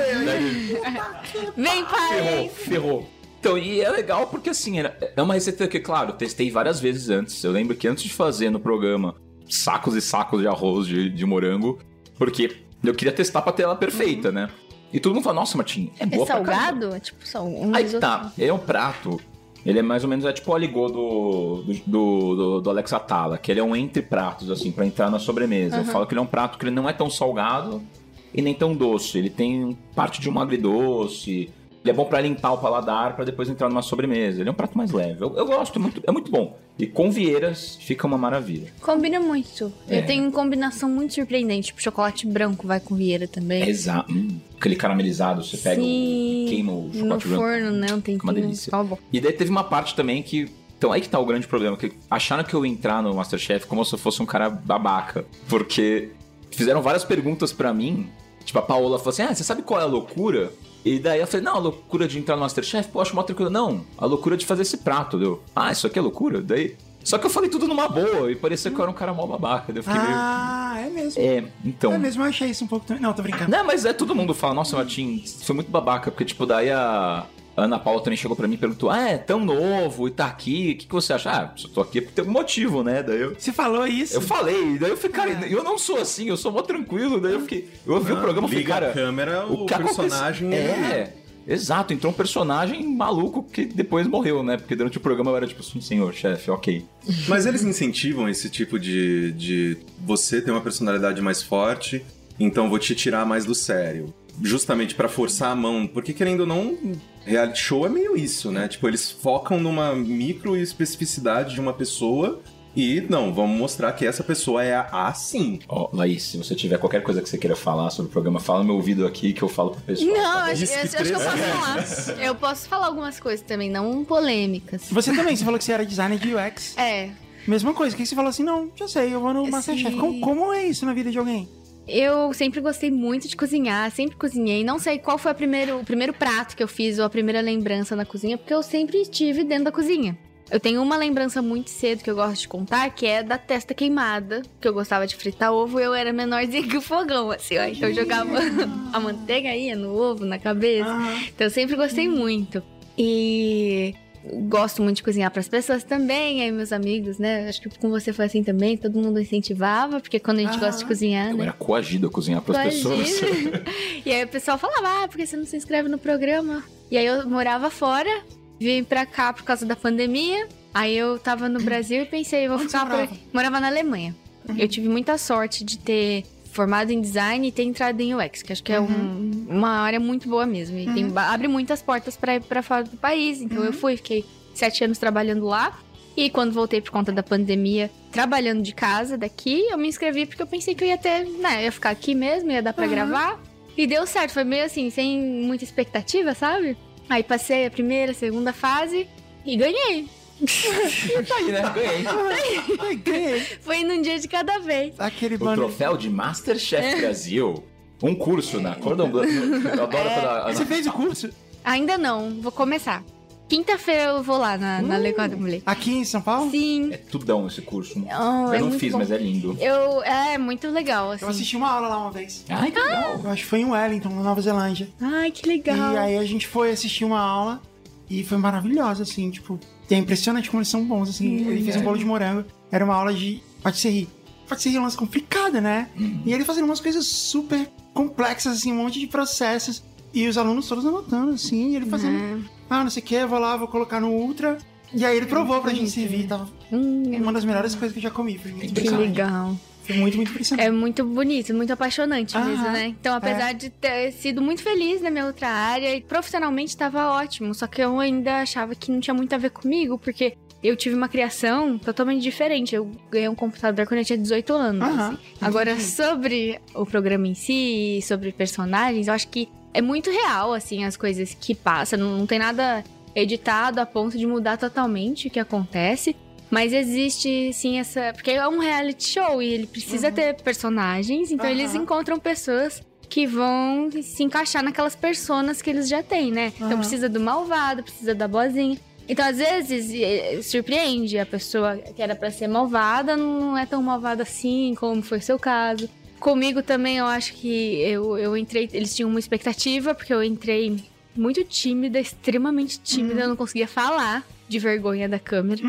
D: Vem,
C: ferrou,
D: pai!
C: ferrou. Então, e é legal porque assim, era- é uma receita que, claro, eu testei várias vezes antes. Eu lembro que antes de fazer no programa sacos e sacos de arroz de, de morango, porque eu queria testar pra ter ela perfeita, né? E todo mundo fala, nossa, Martim, é boa
D: Uhum. É
C: pra caramba."
D: salgado? É tipo sal... um
C: Aí
D: risoto.
C: tá, ele é um prato. Ele é mais ou menos é tipo o aligô do, do, do, do- do Alex Atala, que ele é um entre pratos, assim, pra entrar na sobremesa. Eu falo que ele é um prato que ele não é tão salgado e nem tão doce. Ele tem parte de um agridoce. Ele é bom pra limpar o paladar pra depois entrar numa sobremesa. Ele é um prato mais leve. Eu, eu gosto, é muito, é muito bom. E com vieiras fica uma maravilha.
D: Combina muito.
C: É.
D: Eu tenho uma combinação muito surpreendente. Tipo, chocolate branco vai com vieira também.
C: Exato. hum, aquele caramelizado, você pega
D: É. Sim.
C: o, queima o
D: No
C: chocolate branco.
D: forno, né? Um
C: Fica uma
D: tempinho.
C: delícia.
D: Tá bom.
C: E daí teve uma parte também que. Então aí que tá o grande problema, que acharam que eu ia entrar no Masterchef como se eu fosse um cara babaca. Porque fizeram várias perguntas pra mim. Tipo, a Paola falou assim: Ah, você sabe qual é a loucura? E daí eu falei, não, a loucura de entrar no Masterchef, pô, acho mó tranquilo. Não, a loucura de fazer esse prato, deu. Ah, isso aqui é loucura? Daí. Só que eu falei tudo numa boa, e parecia que eu era um cara mó babaca. Daí eu fiquei
A: Ah, é mesmo.
C: meio. É, então.
A: É mesmo, eu achei isso um pouco também. Não, tô brincando.
C: Não, mas é todo mundo fala, nossa, Martim, foi muito babaca, porque, tipo, daí a a Ana Paula também chegou pra mim e perguntou: Ah, é tão novo e tá aqui, o que, que você acha? Ah, se eu tô aqui é porque tem um motivo, né? Daí eu.
A: Você falou isso.
C: Eu falei, daí eu fiquei, cara,
B: É.
C: eu não sou assim, eu sou mó tranquilo, daí eu fiquei. Eu ouvi o programa e falei,
B: Ah, Liga a
C: cara,
B: câmera, o,
C: o que aconteceu-
B: personagem...
C: É, exato, entrou um personagem maluco que depois morreu, né? Porque durante o programa eu era tipo assim, senhor, chefe, ok.
B: Mas eles incentivam esse tipo de, de você ter uma personalidade mais forte, então vou te tirar mais do sério. Justamente pra forçar a mão, porque querendo ou não, reality show é meio isso, né? Tipo, eles focam numa micro especificidade de uma pessoa e não, vamos mostrar que essa pessoa é a A sim.
C: Ó, Laís, se você tiver qualquer coisa que você queira falar sobre o programa, fala no meu ouvido aqui que eu falo pro pessoal.
D: Não, acho,
B: Diz que
D: acho- acho que eu posso
B: três.
D: falar. Eu posso falar algumas coisas também, não polêmicas.
A: Você também, você falou que você era designer de UX.
D: É,
A: Mesma coisa, o que você falou assim? Não, já sei, eu vou no
D: Sim.
A: Masterchef. Como, como é isso na vida de alguém?
D: eu sempre gostei muito de cozinhar, sempre cozinhei. Não sei qual foi a primeiro, o primeiro prato que eu fiz ou a primeira lembrança na cozinha, porque eu sempre estive dentro da cozinha. Eu tenho uma lembrança muito cedo que eu gosto de contar, que é da testa queimada, que eu gostava de fritar ovo e eu era menorzinha que o fogão, assim, ó. Então eu jogava a manteiga ia no ovo, na cabeça. Então eu sempre gostei muito. E gosto muito de cozinhar pras pessoas também, aí meus amigos, né? Acho que com você foi assim também, todo mundo incentivava, porque quando a gente gosta de cozinhar,
C: Eu
D: né?
C: era coagido a cozinhar é pras pessoas.
D: Imagina. e aí o pessoal falava, ah, por que você não se inscreve no programa? E aí eu morava fora, vim pra cá por causa da pandemia. Aí eu tava no Brasil e pensei, vou ficar por aqui. Morava na Alemanha. Eu tive muita sorte de ter formado em design e ter entrado em UX, que acho que é um- uma área muito boa mesmo. E tem- abre muitas portas pra ir pra fora do país. Então eu fui, fiquei sete anos trabalhando lá. E quando voltei por conta da pandemia, trabalhando de casa daqui, eu me inscrevi porque eu pensei que eu ia ter, né, eu ia ficar aqui mesmo, ia dar pra gravar. E deu certo, foi meio assim, sem muita expectativa, sabe? Aí passei a primeira, segunda fase e ganhei.
C: Tá aí, né? Ganhei.
A: Ai, ganhei.
D: Foi num dia de cada vez.
A: Aquele
C: O
A: banner.
C: troféu de Masterchef
D: É.
C: Brasil. Um curso na Cordon Bleu. Eu adoro
D: É.
A: Você
C: quando
A: fez o curso?
D: Ainda não, vou começar. Quinta-feira eu vou lá na, na Legal da Mulher.
A: Aqui em São Paulo?
D: Sim.
C: a... É tudão esse curso.
D: Oh, é
C: eu não
D: muito
C: fiz,
D: bom.
C: mas é lindo.
D: Eu, é muito legal, assim.
A: Eu assisti uma aula lá uma vez.
C: Ai, que
D: Ah!
C: legal.
A: Eu acho que foi em Wellington, na Nova Zelândia.
D: Ai, que legal.
A: E aí a gente foi assistir uma aula e foi maravilhosa, assim, tipo, é impressionante como eles são bons, assim. ele fez um bolo de morango, era uma aula de patisserie. Patisserie é um lance complicado, né?
D: Uhum.
A: E ele fazendo umas coisas super complexas, assim, um monte de processos. E os alunos todos anotando, assim, e ele fazendo,
D: Uhum.
A: ah, não sei o que, vou lá, vou colocar no Ultra. E aí ele provou pra gente servir, tava
D: Hum,
A: uma das melhores coisas que eu já comi. Foi muito
D: que
A: impressionante.
D: legal.
A: Foi muito, muito impressionante.
D: É muito bonito, muito apaixonante
A: Aham. É.
D: mesmo, né? Então, apesar de ter sido muito feliz na minha outra área, e profissionalmente estava ótimo, só que eu ainda achava que não tinha muito a ver comigo, porque eu tive uma criação totalmente diferente. Eu ganhei um computador quando eu tinha 18 anos.
A: Aham.
D: Agora, sobre o programa em si, sobre personagens, eu acho que é muito real, assim, as coisas que passam. Não, não tem nada editado a ponto de mudar totalmente o que acontece. Mas existe, sim, essa. Porque é um reality show e ele precisa ter personagens, então eles
A: Aham.
D: encontram pessoas que vão se encaixar naquelas personas que eles já têm, né? Então precisa do malvado, precisa da boazinha. Então, às vezes, eh, surpreende a pessoa que era pra ser malvada, não é tão malvada assim, como foi o seu caso. Comigo também, eu acho que eu, eu entrei. Eles tinham uma expectativa, porque eu entrei muito tímida, extremamente tímida, eu não conseguia falar de vergonha da câmera.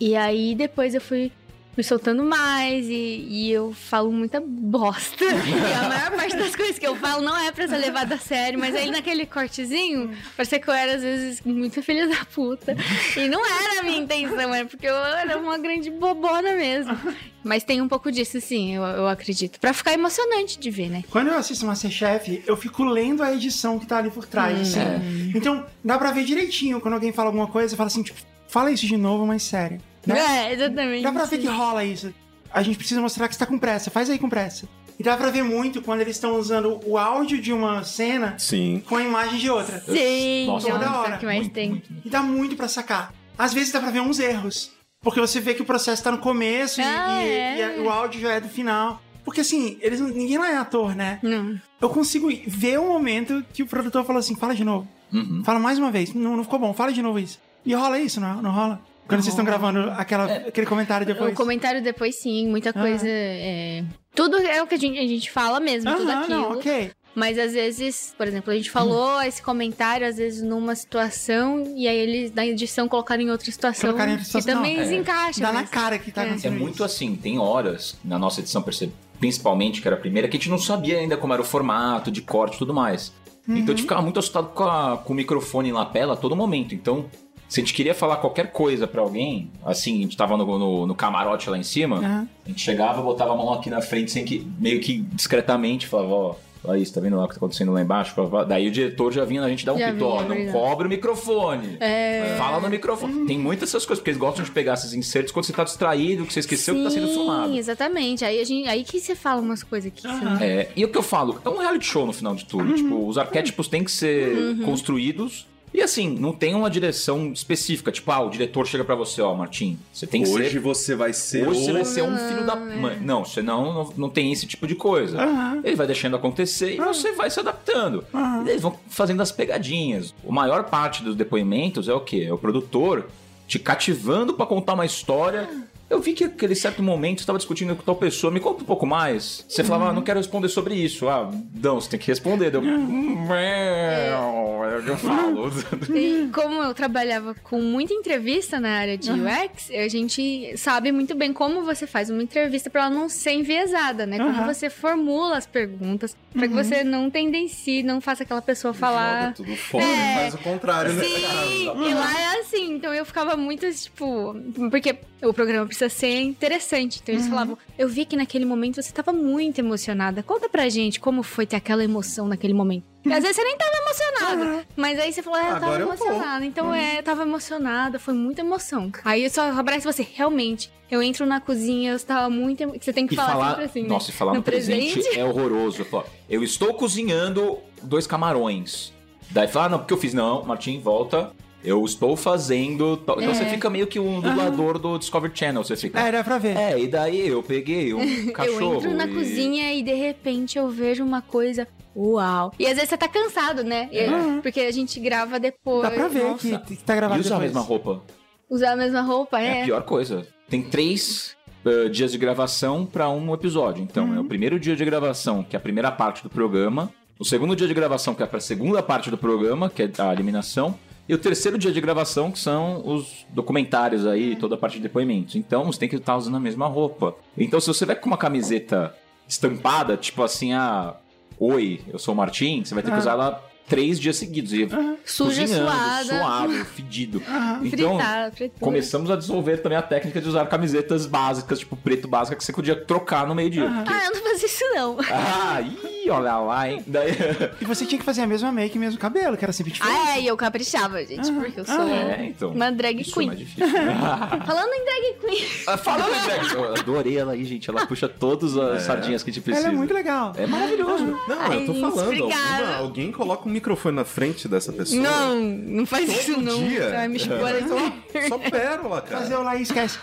D: E aí depois eu fui me soltando mais e, e eu falo muita bosta. e a maior parte das coisas que eu falo não é pra ser levada a sério, mas aí naquele cortezinho, parecia que eu era às vezes muito filha da puta. E não era a minha intenção, é porque eu era uma grande bobona mesmo. Mas tem um pouco disso, sim, eu, eu acredito. Pra ficar emocionante de ver, né?
A: Quando eu assisto Masterchef, eu fico lendo a edição que tá ali por
D: Hum,
A: trás, assim.
D: é.
A: Então, dá pra ver direitinho quando alguém fala alguma coisa, fala assim, tipo, fala isso de novo, mas sério. né?
D: É, exatamente.
A: Dá pra ver que rola isso. A gente precisa mostrar que você tá com pressa, faz aí com pressa. E dá pra ver muito quando eles estão usando o áudio de uma cena
B: Sim.
A: com a imagem de outra.
D: Sim,
C: Nossa,
D: nossa,
A: toda hora.
D: o que mais
C: Muito,
D: tem.
C: muito, muito.
A: E dá muito pra sacar. Às vezes dá pra ver uns erros. Porque você vê que o processo tá no começo e-
D: Ah,
A: e,
D: é.
A: e a- o áudio já é do final. Porque assim, eles, não- ninguém lá é ator, né?
D: Não.
A: Eu consigo ver um momento que o produtor falou assim: fala de novo.
C: Uhum.
A: Fala mais uma vez. Não, não ficou bom, fala de novo isso. E rola isso, não, não rola? Quando vocês estão gravando aquela,
D: É.
A: aquele comentário
D: O
A: depois. Ah.
D: comentário depois, sim, muita coisa. é, Tudo é o que a gente, a gente fala mesmo, tudo
A: Aham,
D: aquilo.
A: não, ok.
D: Mas às vezes, por exemplo, a gente
A: Hum.
D: falou esse comentário, às vezes, numa situação, e aí eles na edição colocaram em outra situação.
A: Colocaram em outra
D: que
A: situação,
D: também
C: é.
D: se encaixa.
A: Dá na
D: mas-
A: cara que tá
D: É.
C: É
A: acontecendo.
C: muito
A: isso.
C: assim, tem horas na nossa edição, perce- principalmente, que era a primeira, que a gente não sabia ainda como era o formato de corte e tudo mais. Então a
D: Uhum.
C: gente ficava muito assustado com, a- com o microfone em lapela a todo momento. Então, se a gente queria falar qualquer coisa pra alguém, assim, a gente tava no, no- no camarote lá em cima,
A: Aham.
C: a gente chegava, botava a mão aqui na frente, sem que, meio que discretamente, falava, ó. Olha isso, tá vendo lá o que tá acontecendo lá embaixo? Daí o diretor já vinha na gente dar um
D: Já
C: pitó.
D: vinha,
C: Não
D: obrigado.
C: cobre o microfone.
D: É.
C: Fala no microfone. Tem muitas essas coisas, porque eles gostam de pegar esses insertos quando você tá distraído, que você esqueceu que tá sendo filmado.
D: Sim, exatamente. Aí, a gente, aí que você fala umas coisas que você não...
C: É, e o que eu falo, é um reality show no final de
D: Uhum.
C: tudo. Tipo, os arquétipos têm que ser construídos. E assim, não tem uma direção específica. Tipo, ah, o diretor chega pra você, ó, Martim, você tem que
B: Hoje
C: ser.
B: você vai ser.
C: Hoje você
B: o-
C: vai ser um filho da. mãe. Não, senão não, não tem esse tipo de coisa.
A: Aham.
C: Ele vai deixando acontecer e você vai se adaptando.
A: Aham.
C: E Eles vão fazendo as pegadinhas. A maior parte dos depoimentos é o quê? É o produtor te cativando pra contar uma história. Eu vi que aquele certo momento você estava discutindo com tal pessoa, me conta um pouco mais. Você falava, ah, não quero responder sobre isso. Ah, não, você tem que responder. Deu. "Hum, É é o que eu falo.
D: E como eu trabalhava com muita entrevista na área de UX, a gente sabe muito bem como você faz uma entrevista pra ela não ser enviesada, né? Como
A: Aham. Uhum.
D: você formula as perguntas pra que você não tendencie, não faça aquela pessoa falar.
B: Joga tudo fora
D: É.
B: e faz o contrário, né?
D: Sim, e lá é assim, então eu ficava muito, tipo, porque o programa precisa ser interessante. Então eles falavam, eu vi que naquele momento você tava muito emocionada. Conta pra gente como foi ter aquela emoção naquele momento. E às vezes você nem tava emocionada, mas aí você falou, é, eu tava
B: Agora eu vou.
D: emocionada. Então é, eu tava emocionada, foi muita emoção. Aí eu só abraço você, realmente. Eu entro na cozinha, eu estava muito. emo- Você tem que
C: E
D: falar,
C: falar.
D: sempre assim. né?
C: Nossa, e falar no,
D: No
C: presente,
D: presente.
C: é horroroso. Eu, falo, eu estou cozinhando dois camarões. Daí fala, ah, não, porque eu fiz. Não, Martim, volta. Eu estou fazendo. tal." Então
D: É.
C: você fica meio que um dublador do Discovery Channel. Você fica.
A: É, dá pra ver.
C: É, e daí eu peguei um cachorro.
D: eu entro na
C: e-
D: cozinha e de repente eu vejo uma coisa. Uau! E às vezes você tá cansado, né? E-
C: Uhum.
D: Porque a gente grava depois.
A: Dá pra ver
D: Nossa.
A: que, que tá
C: E
A: gravado
C: usar a
A: depois.
C: mesma roupa.
D: Usar a mesma roupa,
C: É.
D: é.
C: a pior coisa. Tem três eh, dias de gravação pra um episódio. Então, é o primeiro dia de gravação, que é a primeira parte do programa. O segundo dia de gravação, que é pra segunda parte do programa, que é a eliminação. E o terceiro dia de gravação, que são os documentários aí, toda a parte de depoimentos. Então, você tem que estar usando a mesma roupa. Então, se você vai com uma camiseta estampada, tipo assim, ah, oi, eu sou o Martim, você vai ter que usar ela três dias seguidos. E
D: Suja,
C: cozinhando,
D: suada.
C: suado, fedido. Então,
D: Fritada, fritura.
C: começamos a desenvolver também a técnica de usar camisetas básicas, tipo preto básica, que você podia trocar no meio dia.
D: Ah, eu não faço isso não.
C: Ah, ih, Ih, olha lá, hein? Daí,
A: E você tinha que fazer a mesma make e mesmo cabelo, que era sempre diferente.
D: Ah, é, e eu caprichava, gente, porque eu sou
C: é, então.
D: uma drag
C: Isso é
D: queen.
C: mais difícil.
B: né?
D: Falando em drag queen,
C: Ah, Fala, André. Eu adorei ela aí, gente. Ela puxa todas as sardinhas que a gente precisa.
A: Ela é muito legal.
C: É maravilhoso.
B: Não,
D: Ai,
B: eu tô
D: gente,
B: falando. Alguma,
D: obrigada.
B: alguém coloca um microfone na frente dessa pessoa.
D: não, não faz isso não.
B: um dia? É.
D: Vai
C: É.
D: me expor,
B: Só pérola, cara.
A: Fazer o lá e esquece.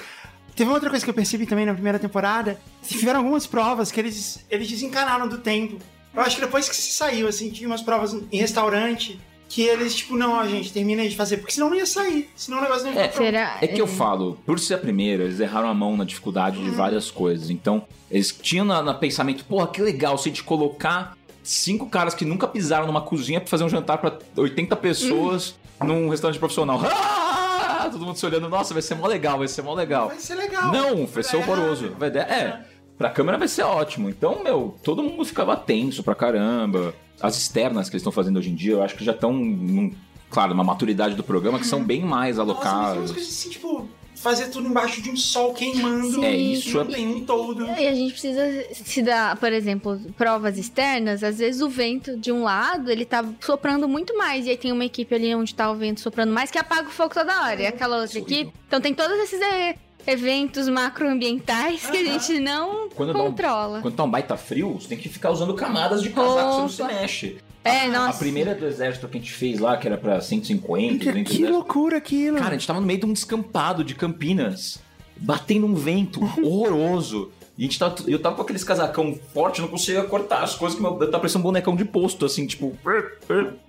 A: Teve uma outra coisa que eu percebi também na primeira temporada. Tiveram algumas provas que eles, eles desencanaram do tempo. Eu acho que depois que se saiu, assim, tinha umas provas em restaurante que eles, tipo, não, ó, gente, termina aí de fazer, porque senão não ia sair. Senão o negócio não ia
C: É,
A: ficar pronto.
D: Será?
C: É que eu falo, por ser a primeira, eles erraram a mão na dificuldade
A: Uhum.
C: de várias coisas. Então, eles tinham na, na pensamento, porra, que legal se a gente colocar cinco caras que nunca pisaram numa cozinha pra fazer um jantar pra 80 pessoas
A: Uhum.
C: num restaurante profissional. Ah! Todo mundo se olhando, nossa, vai ser mó legal, vai ser mó legal.
A: Vai ser legal.
C: Não, vai ser
A: Vai
C: horroroso.
A: errar.
C: Vai dar- é, pra câmera vai ser ótimo. Então, meu, todo mundo ficava tenso pra caramba. As externas que eles estão fazendo hoje em dia, eu acho que já estão, num- claro, numa maturidade do programa que são bem mais
A: Uhum. Nossa, mas tem umas
C: alocadas.
A: coisas assim, tipo, fazer tudo embaixo de um sol queimando.
D: Sim.
C: É, isso é-
A: Não tem um todo.
D: E a gente precisa se dar, por exemplo, provas externas. Às vezes o vento de um lado, ele tá soprando muito mais. E aí tem uma equipe ali onde tá o vento soprando mais que apaga o fogo toda hora. E aquela outra
C: Horrível.
D: equipe. Então tem todos esses é, eventos macroambientais que a gente não
C: Quando dá um-
D: controla.
C: Quando tá um baita frio, você tem que ficar usando camadas de casaco, você não se mexe.
D: É,
C: A
D: nossa.
C: primeira do exército que a gente fez lá, que era pra 150,
A: Que,
C: 200
A: que loucura aquilo.
C: Cara, a gente tava no meio de um descampado de Campinas, batendo um vento horroroso. E a gente tava, eu tava com aqueles casacão forte, não conseguia cortar as coisas, que meu, eu tava parecendo um bonecão de posto, assim, tipo...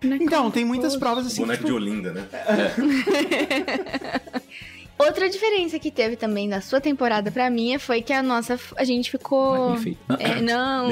A: então, tem muitas provas
C: é
A: assim.
B: Boneco
A: tipo,
B: de Olinda, né?
D: Outra diferença que teve também da sua temporada pra minha foi que a nossa. A gente ficou.
C: Magnífico.
D: É, não,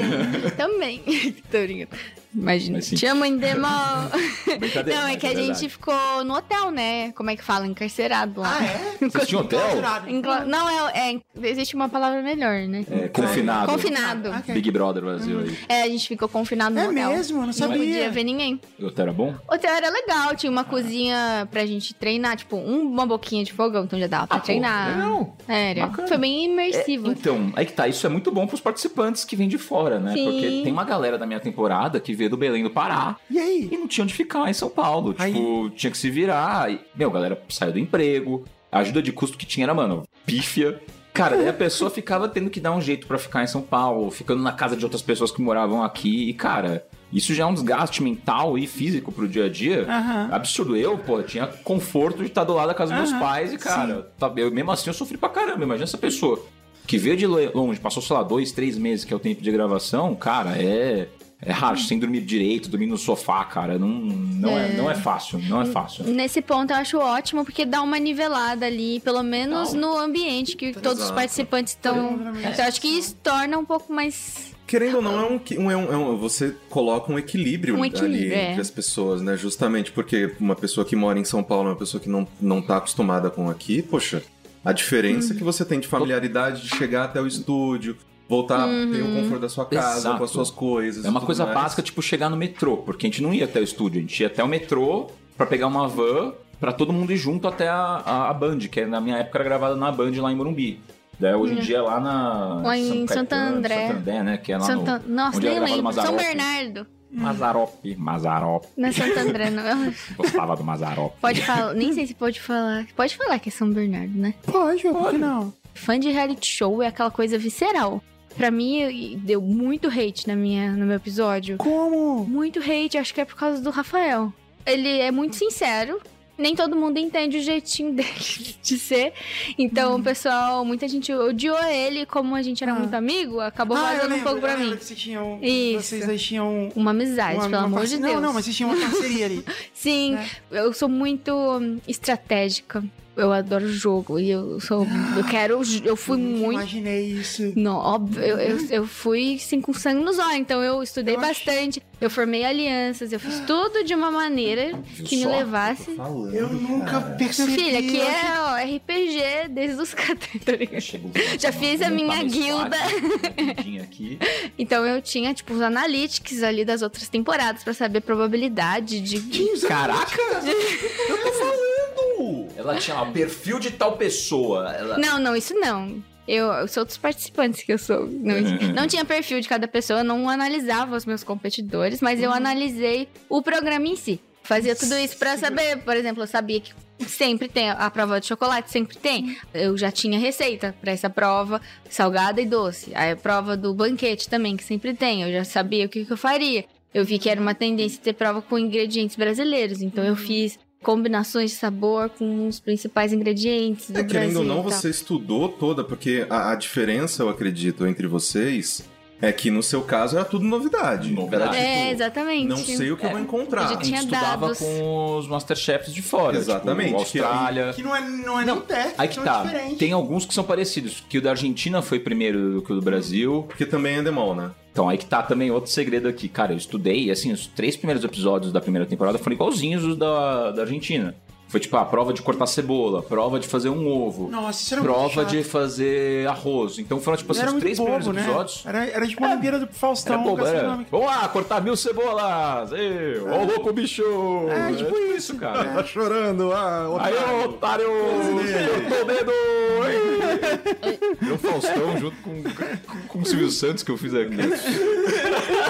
D: também. Tô brincando. Imagina.
C: Mas sim.
D: Te amo em demão.
C: Brincadeira,
D: Não, é
C: mas
D: que a
C: verdade.
D: gente ficou no hotel, né? Como é que fala? Encarcerado lá.
A: Ah, é?
C: Vocês tinham hotel?
A: Clausurado.
D: Encla- Não, é, é- Existe uma palavra melhor, né?
C: É, confinado.
D: Confinado.
A: Ah, ok.
C: Big Brother Brasil aí.
D: É, a gente ficou confinado no
A: É
D: hotel.
A: mesmo? Eu não
D: Não podia
A: sabia.
D: ver ninguém.
C: O hotel era bom?
D: O hotel era legal, tinha uma cozinha pra gente treinar, tipo, um- uma boquinha de fogão, então já dava pra
C: Ah, pô,
D: treinar.
C: legal.
D: Era.
C: Bacana.
D: Foi bem imersivo.
C: Então, aí que tá, isso é muito bom pros participantes que vêm de fora, né?
D: Sim.
C: Porque tem uma galera da minha temporada que veio do Belém do Pará
A: E aí?
C: e não tinha onde ficar em São Paulo. Tipo, tinha que se virar. E, meu, a galera saiu do emprego. A ajuda de custo que tinha era, mano, pífia. Cara, daí a pessoa ficava tendo que dar um jeito pra ficar em São Paulo, ficando na casa de outras pessoas que moravam aqui. E, cara, isso já é um desgaste mental e físico pro dia a dia.
A: Aham.
C: Absurdo. Eu, pô, tinha conforto de estar do lado da casa dos meus
A: Aham,
C: pais e, cara, tá- eu, mesmo assim eu sofri pra caramba. Imagina essa pessoa que veio de lo- longe, passou, sei lá, dois, três meses, que é o tempo de gravação, cara, é. É
A: Hum.
C: raro, sem dormir direito, dormir no sofá, cara. Não, não, é. não é fácil, não é fácil.
D: Nesse ponto eu acho ótimo, porque dá uma nivelada ali, pelo menos
C: Total.
D: no ambiente que todos os
B: Exato.
D: participantes estão. Então, eu acho que isso torna um pouco mais.
B: Querendo ou não, é um, que- um- é um- é um- você coloca um equilíbrio,
D: Um equilíbrio,
B: ali
D: é.
B: entre as pessoas, né? Justamente porque uma pessoa que mora em São Paulo, é uma pessoa que não, não tá acostumada com aqui, poxa, a
D: Uhum.
B: diferença que você tem de familiaridade de chegar até o estúdio, voltar, ter
D: Uhum.
B: o conforto da sua casa,
C: Exato.
B: com as suas coisas.
C: É uma
B: tudo
C: coisa
B: mais.
C: básica, tipo, chegar no metrô, porque a gente não ia até o estúdio, a gente ia até o metrô pra pegar uma van pra todo mundo ir junto até a, a, a Band, que é, na minha época era gravada na Band lá em Morumbi. Daí, hoje em dia é lá na.
D: Hum. Lá em Santo
C: Caetano,
D: André.
C: Santo André, né? Que é lá
D: Santa...
C: no.
D: Nossa,
C: onde era
D: nem
C: gravado
D: lembro. São
C: Mazarope.
D: Bernardo.
C: Mazarope. Mazarope.
D: Não é Santo André, não. Eu-
C: Gostava do Mazarope.
D: Pode falar. Nem sei se pode falar. Pode falar que é São Bernardo, né?
A: Pode, ué, por que não?
D: Fã de reality show é aquela coisa visceral. Pra mim, eu- deu muito hate na minha, no meu episódio.
A: Como?
D: Muito hate, acho que é por causa do Rafael. Ele é muito sincero. Nem todo mundo entende o jeitinho dele de ser. Então, o pessoal, muita gente odiou ele. Como a gente era
A: Hum. Ah.
D: muito amigo, acabou
A: eu
D: vazando um
A: lembro,
D: pouco pra
A: eu lembro
D: mim.
A: Que vocês tinham, um-
D: Isso.
A: Vocês aí tinham... um-
D: Uma amizade,
A: uma-
D: pelo
A: uma
D: amor
A: parce-
D: de
A: Não,
D: Deus.
A: não, mas vocês tinham uma parceria ali.
D: Sim,
A: né?
D: eu sou muito hum, estratégica. Eu adoro jogo e eu sou. Eu quero. Eu fui
A: Nunca
D: muito.
A: Imaginei isso.
D: Não, óbvio, eu, eu, eu fui sim, com sangue nos olhos, então eu estudei
A: Eu acho-
D: bastante, eu formei alianças, eu fiz tudo de uma maneira
C: Viu
D: que me
C: só?
D: levasse.
B: Falando,
A: Eu nunca
B: cara.
D: Meu
A: percebi.
D: filho, aqui
A: eu
D: é ó, RPG desde os 14, tá ligado?
C: Chegou-
D: Já fiz a
C: Vou
D: minha
C: montar meu
D: guilda.
C: squad, minha guildinha né, aqui.
D: Então eu tinha, tipo, os analytics ali das outras temporadas pra saber probabilidade de.
C: Caraca! Eu tô falando! Ela tinha lá, perfil de tal pessoa. Ela...
D: Não, não, isso não. Eu, eu sou dos participantes que eu sou. Não,
B: Uhum.
D: não tinha perfil de cada pessoa, eu não analisava os meus competidores, mas
B: Uhum.
D: eu analisei o programa em si. Fazia tudo isso pra saber, por exemplo, eu sabia que sempre tem a prova de chocolate, sempre
B: Uhum.
D: tem. Eu já tinha receita pra essa prova, salgada e doce. Aí a prova do banquete também, que sempre tem. Eu já sabia o que, que eu faria. Eu vi que era uma tendência ter prova com ingredientes brasileiros, então
B: Uhum.
D: eu fiz combinações de sabor com os principais ingredientes do
B: É,
D: Brasil. tá.
B: querendo ou não,
D: e tal.
B: você estudou toda, porque a, a diferença, eu acredito, entre vocês é que no seu caso era tudo novidade.
C: Novidade.
B: Era,
D: É,
B: tipo,
D: exatamente.
B: Não sei o que eu
A: É.
B: vou
D: É. A
B: encontrar.
D: gente
C: A gente
D: tinha
C: estudava
D: dados.
C: com os Masterchefs de fora.
B: Exatamente,
C: Tipo, Austrália.
A: Que não é, não é
C: Não,
A: nem perto,
C: Aí que
A: não é
C: tá.
A: diferente.
C: Tem alguns que são parecidos. Que o da Argentina foi primeiro do que o do Brasil.
B: Porque também é demol, né?
C: Então aí que tá também outro segredo aqui. Cara, eu estudei, e, assim, os três primeiros episódios da primeira temporada foram igualzinhos os da, da Argentina. Foi tipo a prova de cortar cebola, prova de fazer um ovo,
A: Nossa, isso era muito
C: prova
A: chato.
C: de fazer arroz. Então foram tipo assim,
A: era
C: os
A: muito
C: três
A: bobo,
C: primeiros episódios. É.
A: Né? Era, era tipo uma beira do Faustão.
C: Era bobo,
A: Educação
C: era.
A: Econômica.
C: Vamos lá, cortar mil cebolas! Ei, ó o louco bicho!
A: É, tipo isso,
C: cara.
B: Tá chorando, ah,
C: Aí, ô, otário! Cortou o dedo!
A: É.
C: Ei! Meu Faustão junto com, com o Silvio Santos que eu fiz aqui.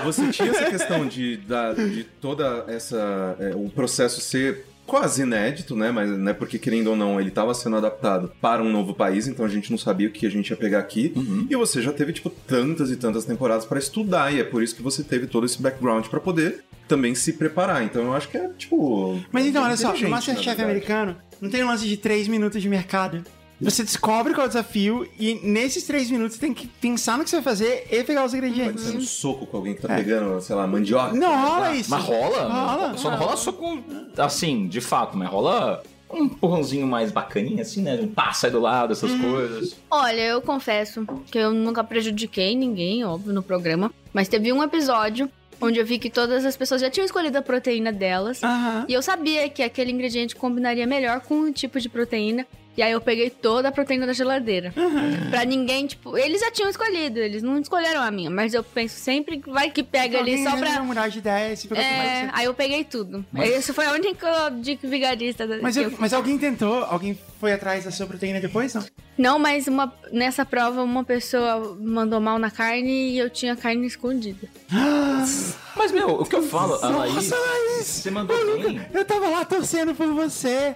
B: Você tinha essa questão de, da- de toda essa. é, o processo ser quase inédito, né? Mas né, porque, querendo ou não, ele estava sendo adaptado para um novo país, então a gente não sabia o que a gente ia pegar aqui.
A: Uhum.
B: E você já teve, tipo, tantas e tantas temporadas para estudar, e é por isso que você teve todo esse background para poder também se preparar. Então eu acho que é, tipo.
A: Mas então, olha só,
B: inteligente,
A: o
B: na
A: Masterchef
B: verdade.
A: americano não tem um lance de 3 minutos de mercado. Você descobre qual é o desafio e nesses 3 minutos você tem que pensar no que você vai fazer e pegar os
B: Vai
A: ingredientes.
B: ser um soco com alguém que tá pegando, sei lá, mandioca.
A: uhum. É. Não rola isso.
C: Mas é rola?
A: Rola.
C: Só não rola só com. Assim, de fato, mas rola um empurrãozinho mais bacaninha, assim, né? Um pá, sai do lado, essas
A: Uhum.
C: coisas.
D: Olha, eu confesso que eu nunca prejudiquei ninguém, óbvio, no programa. Mas teve um episódio onde eu vi que todas as pessoas já tinham escolhido a proteína delas.
A: Aham.
D: E eu sabia que aquele ingrediente combinaria melhor com o tipo de proteína. E aí eu peguei toda a proteína da geladeira.
A: Uhum.
D: Pra ninguém, tipo, eles já tinham escolhido, eles não escolheram a minha, mas eu penso sempre que vai que pega ali
A: Alguém
D: só
A: resolveu
D: pra.
A: mudar de ideia, se preocupa mais
D: É,
A: com
D: aí eu peguei tudo.
C: Mas-
D: Isso foi a única dica vigarista da-
A: Mas,
D: que
A: eu- mas alguém tentou? Alguém foi atrás da sua proteína depois, não?
D: Não, mas uma- nessa prova uma pessoa mandou mal na carne e eu tinha carne escondida.
C: Mas, meu, o que eu falo, a Laís. Você mandou bem.
A: Eu tava lá torcendo por você.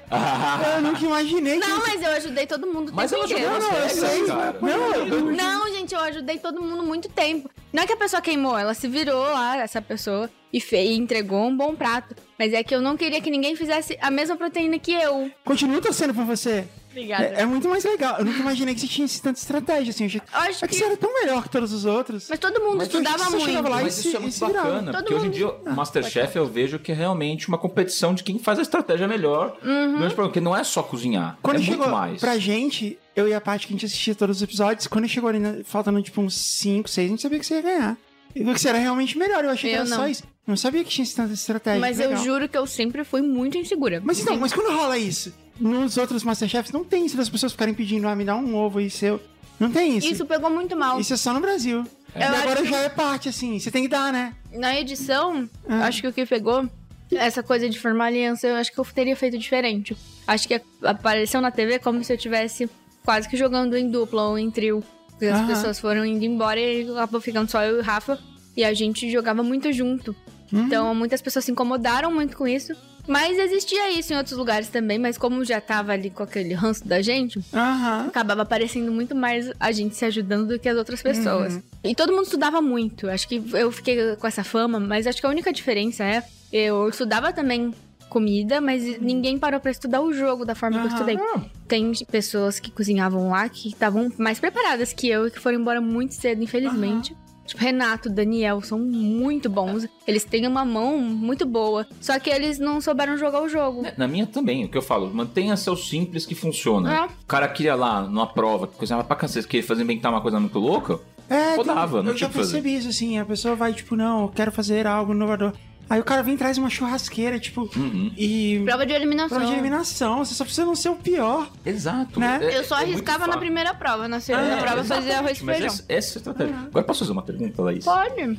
A: eu nunca imaginei que...
D: Não, mas eu ajudei todo mundo o
C: Mas
D: tempo
C: ela jogou
D: inteiro.
C: nas
A: eu sei,
C: regras, cara.
A: Não, eu-
D: Não, gente, eu ajudei todo mundo muito tempo. Não é que a pessoa queimou, ela se virou lá, essa pessoa, e, fe- e entregou um bom prato. Mas é que eu não queria que ninguém fizesse a mesma proteína que eu.
A: continuo torcendo por você.
D: Obrigada.
A: É, é muito mais legal. Eu nunca imaginei que você tinha esse tanto de estratégia, assim. Eu achei...
D: Eu acho
A: É que
D: que-
A: você era tão melhor que todos os outros.
D: Mas todo mundo
A: Mas eu
D: estudava
A: acho que você chegava
D: muito.
A: lá e-
C: Mas isso é
A: se-
C: muito
A: se virava.
C: bacana,
D: Todo
C: porque hoje em
D: mundo-
C: dia o Masterchef eu vejo que é realmente uma competição de quem faz a estratégia melhor. Durante o programa, Porque não é só cozinhar,
A: Quando
C: é
A: chegou
C: muito mais.
A: pra gente, eu e a parte que a gente assistia todos os episódios, quando chegou ali, na- faltando tipo uns 5, 6, a gente sabia que você ia ganhar. E que você era realmente melhor, eu achei
D: Eu
A: que era
D: não.
A: só isso. Não sabia que tinha esse tanto de estratégia.
D: Mas
A: que
D: eu
A: legal.
D: juro que eu sempre fui muito insegura.
A: Mas então, mas quando rola isso? Nos outros Masterchefs não tem isso das pessoas ficarem pedindo, ah, me dá um ovo e seu. Não tem isso.
D: Isso pegou muito mal.
A: Isso é só no Brasil. E
D: Eu
A: agora
D: acho que-
A: já é parte, assim. Você tem que dar, né?
D: Na edição, acho que o que pegou, essa coisa de formar aliança, eu acho que eu teria feito diferente. Acho que apareceu na TV como se eu tivesse quase que jogando em dupla ou em trio. Porque as
A: Aham.
D: pessoas foram indo embora e acabou ficando só eu e o Rafa. E a gente jogava muito junto. Então, muitas pessoas se incomodaram muito com isso. Mas existia isso em outros lugares também, mas como já tava ali com aquele ranço da gente,
A: Aham.
D: acabava aparecendo muito mais a gente se ajudando do que as outras pessoas.
A: Uhum.
D: E todo mundo estudava muito. Acho que eu fiquei com essa fama, mas acho que a única diferença é eu estudava também comida, mas
A: Uhum.
D: ninguém parou pra estudar o jogo da forma que eu estudei.
C: É.
D: Tem pessoas que cozinhavam lá que estavam mais preparadas que eu e que foram embora muito cedo, infelizmente. Tipo, Renato, Daniel são muito bons. Eles têm uma mão muito boa. Só que eles não souberam jogar o jogo.
A: É.
C: Na minha também, o que eu falo, mantenha seu simples que funciona.
D: É.
C: O cara queria lá, numa prova, que cozinhava pra cacete, queria fazer inventar uma coisa muito louca.
A: É,
C: Rodava, não
A: eu já
C: tinha o que fazer.
A: percebi isso, assim, a pessoa vai, tipo, não, eu quero fazer algo inovador. Aí o cara vem e traz uma churrasqueira, tipo,
C: Uhum.
A: e...
D: Prova de eliminação.
A: Prova de eliminação, você só precisa não ser o pior.
C: Exato.
A: Né?
C: É-
D: Eu só
C: é muito
D: arriscava na
C: fácil.
D: primeira prova, na segunda
C: É,
D: prova eu
C: exatamente,
D: fazia arroz e
C: mas
D: feijão.
C: Essa, essa é a estratégia. Agora posso fazer uma pergunta, Laís?
D: Pode.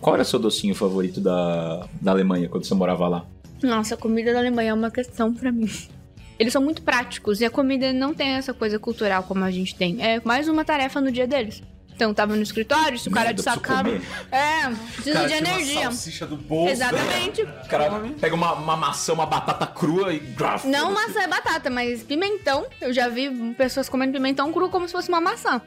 C: Qual era o seu docinho favorito da, da Alemanha quando você morava lá?
D: Nossa, a comida da Alemanha é uma questão pra mim. Eles são muito práticos e a comida não tem essa coisa cultural como a gente tem. É mais uma tarefa no dia deles. Então, tava no escritório, se o cara
C: Merda,
D: de
C: preciso
D: sacado.
C: comer.
D: É, precisa
B: Cara,
D: de
B: tira uma
D: energia.
B: salsicha do bolso.
D: Exatamente.
C: O cara pega uma, uma maçã, uma batata crua e.
D: Não maçã é batata, mas pimentão. Eu já vi pessoas comendo pimentão cru como se fosse uma maçã.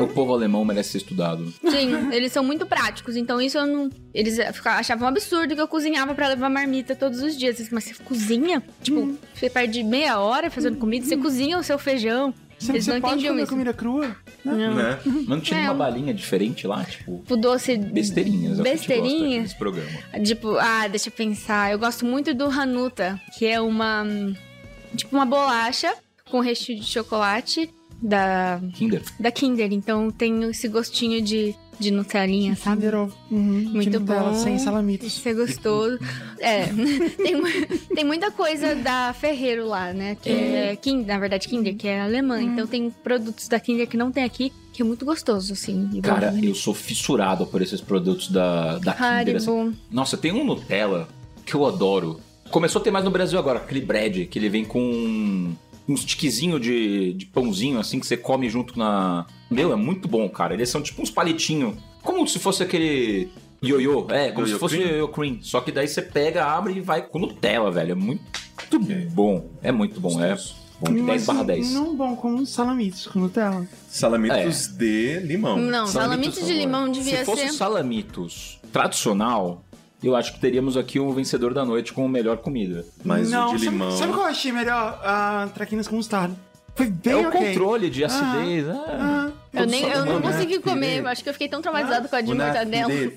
C: O povo alemão merece ser estudado.
D: Sim, eles são muito práticos. Então, isso eu não. Eles fica- achavam um absurdo que eu cozinhava pra levar marmita todos os dias. Mas você cozinha?
A: Uhum.
D: Tipo, você perde meia hora fazendo comida, você cozinha o seu feijão.
A: Você,
D: eles
A: você
D: não
A: pode
D: entendiam
A: comer
D: isso.
A: comida crua?
B: Né?
A: Uhum.
C: Mas não tinha
D: É,
C: uma
D: um-
C: balinha diferente lá, tipo.
D: O doce.
C: Besteirinhas. é o que a gente gosta né? aqui
D: Besteirinha?
C: Nesse programa.
D: Tipo, ah, deixa eu pensar. Eu gosto muito do Hanuta, que é uma. hum, Tipo, uma bolacha com recheio de chocolate da,
C: Kinder.
D: da Kinder. Então tem esse gostinho de, de Nutelinha, sabe?
A: Kinder Ovo. Uhum, de
D: Muito
A: Nutella,
D: bom.
A: Sem salamitos.
D: Isso é gostoso. É, tem, mu- tem muita coisa da Ferreiro lá, né? Que é, Kinder, na verdade, Kinder, que é alemã. Então tem produtos da Kinder que não tem aqui, que é muito gostoso, assim. de
C: Cara,
D: bolinho.
C: eu sou fissurado por esses produtos da, da Kinder. assim.
D: Haribo.
C: Nossa, tem um Nutella que eu adoro. Começou a ter mais no Brasil agora, aquele bread, que ele vem com um, um stickzinho de, de pãozinho, assim, que você come junto na... Meu, é muito bom, cara. Eles são tipo uns palitinhos. Como se fosse aquele ioiô. É, como
B: Ioiô
C: se fosse
B: cream?
C: ioiô cream. Só que daí você pega, abre e vai com Nutella, velho. É muito bom. É muito bom, é. Bom, de 10 barra 10.
A: Não bom como salamitos com Nutella.
B: Salamitos
A: É.
B: de limão.
D: Não, é.
C: Salamitos
D: salamito de limão devia
C: Se fosse
D: ser.
C: salamitos tradicional, eu acho que teríamos aqui um vencedor da noite com o melhor comida.
B: Mas
A: não,
B: o de
A: sabe-
B: limão.
A: Sabe, qual eu achei melhor? Ah, traquinas com mostarda. Foi
C: É
A: bem
C: o
A: ok.
C: controle de acidez. Ah,
A: Ah,
D: Eu, nem, eu não
B: Salmão, né?
D: consegui comer,
B: Pirê.
D: eu acho que eu fiquei tão traumatizada com a de
C: é
B: O na-
D: mortadela.
B: de-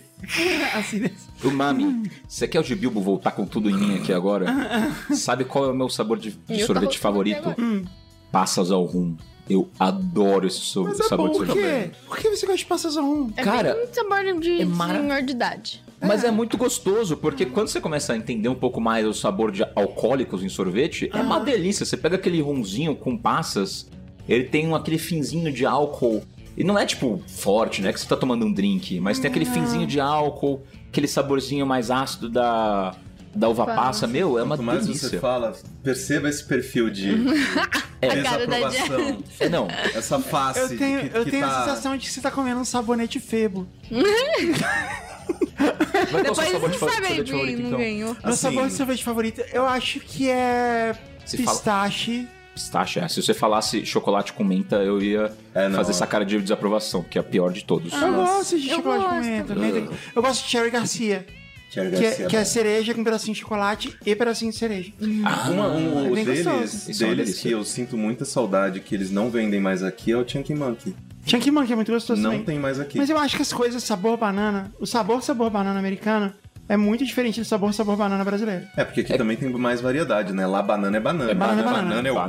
A: assim, desse-
C: Umami. Você quer o de Bilbo voltar com tudo em mim aqui
A: Ah,
C: agora? Sabe qual é o meu sabor de, de
D: Eu
C: sorvete
D: tava-
C: favorito? Passas ao rum. Eu adoro esse so-
A: Mas é
C: sabor
A: bom,
C: de
A: por quê?
C: sorvete.
A: Por que você gosta de passas a um?
C: Cara,
D: Muito É sabor de
C: é mara-
D: senhor de idade.
C: Mas é muito gostoso,
D: Hum.
C: porque quando você começa a entender um pouco mais o sabor de alcoólicos em sorvete, é
D: Ah.
C: uma delícia. Você pega aquele rumzinho com passas, ele tem um, aquele finzinho de álcool. E não é tipo forte, né? Que você tá tomando um drink, mas tem aquele finzinho de álcool, aquele saborzinho mais ácido da, da uva
D: Uva
C: passa. Meu, é uma
B: Quanto mais você
C: delícia.
B: fala, perceba esse perfil de
D: A cara da
B: desaprovação.
C: É, não,
B: Essa face
A: Eu tenho,
B: que,
A: eu
B: que
A: tenho
B: tá...
A: a sensação de que você tá comendo um sabonete febo.
C: vai dar o seu
D: Depois
C: é sabor
D: você
C: de fa-
D: sabe
C: sorvete
D: bem,
C: favorito,
D: não
C: então.
D: ganhou.
A: Meu
B: Assim.
A: sabor é de sorvete favorito, eu acho que é
C: Você fala-
A: pistache.
C: Pistache, é. se você falasse chocolate com menta, eu ia
B: É, não.
C: fazer essa cara de desaprovação, que é a pior de todos.
D: Ah,
A: Eu gosto de
D: Eu
A: chocolate
D: gosto.
A: com menta. menta- Eu gosto de Cherry Garcia,
B: Cher
A: que
B: Garcia,
A: é, assim, que é cereja com pedacinho de chocolate e pedacinho de cereja.
C: Ah,
B: Uma,
A: é
B: um
A: bem
B: deles,
A: gostoso.
B: deles
C: Isso é uma delícia.
B: que eu sinto muita saudade que eles não vendem mais aqui é o Chunky Monkey.
A: Chunky Monkey é muito gostoso
B: não
A: também.
B: tem mais aqui.
A: Mas eu acho que as coisas sabor banana, o sabor sabor banana americana é muito diferente do sabor sabor banana brasileiro.
B: É, porque aqui também tem mais variedade, né? Lá banana é banana.
C: É banana,
A: banana,
B: é o qual.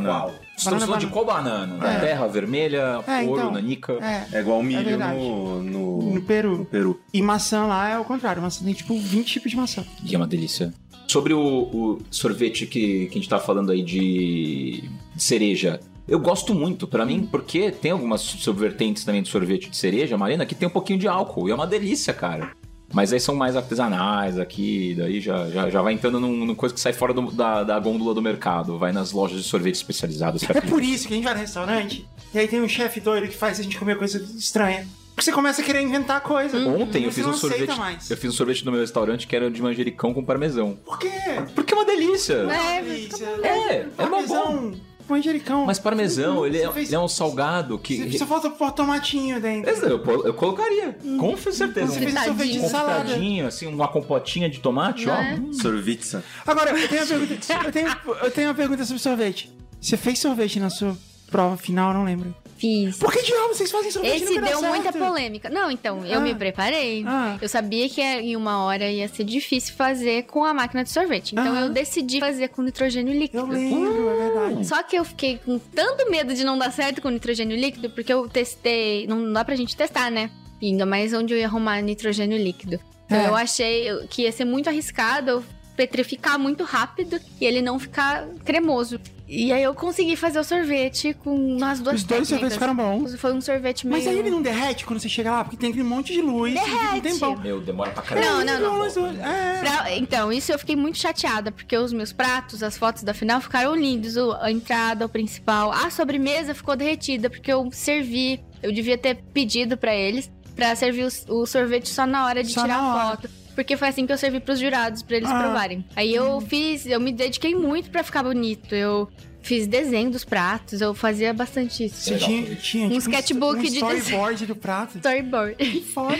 C: Estamos
A: Banana,
C: falando de qual banana?
A: É.
C: Terra vermelha,
A: É,
C: ouro,
A: então.
C: nanica.
A: É.
B: É igual milho
A: verdade.
B: no, no,
A: No Peru.
B: no Peru.
A: E maçã lá é o contrário, maçã tem tipo 20 tipos de maçã.
C: E é uma delícia. Sobre o, o sorvete que, que a gente tá falando aí de, de cereja. Eu gosto muito, pra mim, porque tem algumas subvertentes também de sorvete de cereja, Marina, que tem um pouquinho de álcool. E é uma delícia, cara. Mas aí são mais artesanais aqui, daí já, já, já vai entrando num- numa coisa que sai fora do- da, da gôndola do mercado. Vai nas lojas de sorvete especializadas.
A: É por isso que a gente vai no restaurante e aí tem um chefe doido que faz a gente comer coisa estranha. Porque você começa a querer inventar coisa.
C: Ontem eu
A: Você
C: fiz
A: não
C: um sorvete.
A: aceita mais.
C: Eu fiz um sorvete no meu restaurante que era de manjericão com parmesão.
A: Por quê?
C: Porque é uma delícia.
D: É,
A: Delícia.
C: É, é uma bom.
A: Parmesão, manjericão.
C: Mas parmesão, ele é,
A: Você fez-
C: ele é um salgado
A: Você
C: que.
A: Só falta pôr tomatinho dentro.
C: Esse Eu, eu colocaria, com certeza.
A: Você fez um sorvete de
D: Fritadinho.
A: salada.
C: Complicadinho, assim, uma compotinha de tomate, ó.
A: Hum.
D: Né?
B: Sorvitza.
A: Agora, eu tenho, uma pergunta, eu, tenho, eu tenho uma pergunta sobre sorvete. Você fez sorvete na sua prova final, eu não lembro.
D: Fiz.
A: Por que diabo vocês fazem sorvete
D: Esse
A: não
D: deu muita
A: polêmica.
D: polêmica. Não, então, eu
A: Ah.
D: me preparei.
A: Ah.
D: Eu sabia que é, em uma hora ia ser difícil fazer com a máquina de sorvete. Então
A: Aham.
D: eu decidi fazer com nitrogênio líquido.
A: Eu lembro, é verdade.
D: Só que eu fiquei com tanto medo de não dar certo com nitrogênio líquido, porque eu testei. Não dá pra gente testar, né? E ainda mais onde eu ia arrumar nitrogênio líquido. Então
A: É.
D: eu achei que ia ser muito arriscado eu petrificar muito rápido e ele não ficar cremoso. E aí eu consegui fazer o sorvete com as duas
A: Os dois sorvetes
D: técnicas.
A: ficaram bons.
D: Foi um sorvete meio...
A: Mas aí ele não derrete quando você chega lá, porque tem aquele monte de luz. Não tem bom.
C: Meu, demora pra caramba.
D: Não, não, não.
A: É.
D: Pra- então, isso eu fiquei muito chateada, porque os meus pratos, as fotos da final ficaram lindos. O- a entrada, o principal. A sobremesa ficou derretida, porque eu servi. Eu devia ter pedido pra eles pra servir os- o, sorvete só na hora de
A: Só
D: tirar
A: na
D: a
A: hora.
D: foto. Porque foi assim que eu servi pros jurados, pra eles
A: Ah.
D: provarem. Aí eu fiz, eu me dediquei muito pra ficar bonito. Eu fiz desenho dos pratos, eu fazia bastante isso.
A: Você
C: Legal.
A: tinha, tinha
D: Um
A: tipo,
D: sketchbook
A: um
D: de desenho.
A: storyboard do prato.
D: Storyboard.
A: Que foda.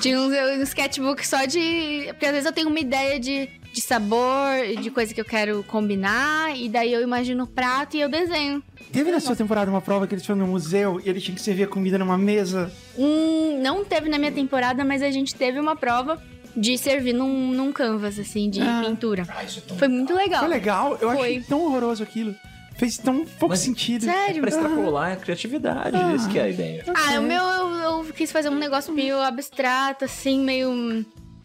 D: Tinha um, um sketchbook só de. Porque às vezes eu tenho uma ideia de, de sabor, de coisa que eu quero combinar, e daí eu imagino o prato e eu desenho.
A: Teve na sua temporada uma prova que eles foram no museu e ele tinha que servir a comida numa mesa.
D: Hum, não teve na minha temporada, mas a gente teve uma prova de servir num, num canvas, assim, de
A: Ah.
D: pintura.
C: Ah, isso é tão...
D: Foi muito legal.
A: Foi legal. Eu
D: Foi.
A: achei tão horroroso aquilo. Fez tão pouco
C: Mas-
A: sentido.
D: Sério?
C: Pra extrapolar a criatividade, isso que é a ideia.
D: Ah, o meu eu, eu quis fazer um negócio meio abstrato, assim, meio. hum,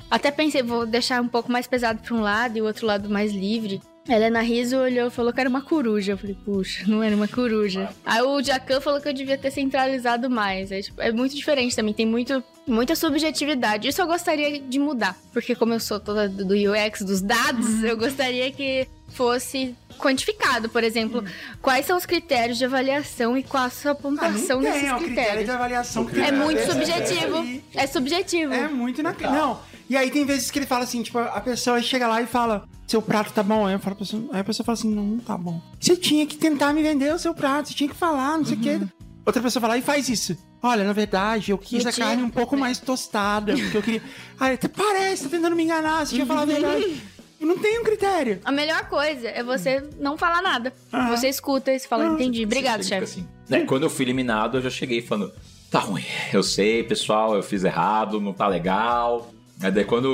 D: Até pensei, vou deixar um pouco mais pesado pra um lado e o outro lado mais livre. A Helena Riso olhou e falou que era uma coruja. Eu falei, puxa, não era uma coruja. Aí o Jacan falou que eu devia ter centralizado mais. É, tipo, é muito diferente também, tem muito, muita subjetividade. Isso eu gostaria de mudar, porque como eu sou toda do do UX, dos dados, eu gostaria que fosse quantificado, por exemplo, quais são os critérios de avaliação e qual a sua
A: Ah, não
D: pontuação
A: tem,
D: nesses
A: é o critério
D: critérios.
A: de avaliação. que
D: É
A: tem
D: muito
A: que ter.
D: subjetivo. É subjetivo.
A: É muito na Não. E aí tem vezes que ele fala assim, tipo, a pessoa chega lá e fala, seu prato tá bom. Aí, eu falo pra pessoa- aí a pessoa fala assim, não, não tá bom. Você tinha que tentar me vender o seu prato, você tinha que falar, não sei o quê. Outra pessoa fala, e faz isso. Olha, na verdade, eu quis
D: Mentira,
A: a carne um pouco mais tostada, porque eu queria. Aí até parece, tá tentando me enganar, você tinha falado a verdade. Não tem um critério.
D: A melhor coisa é você não falar nada.
A: Aham. Ah,
D: Você escuta e você fala, entendi. Obrigado,
C: Você fica
D: chefe.
C: assim. Né, quando eu fui eliminado, eu já cheguei falando: tá ruim, eu sei, pessoal, eu fiz errado, não tá legal. Aí daí quando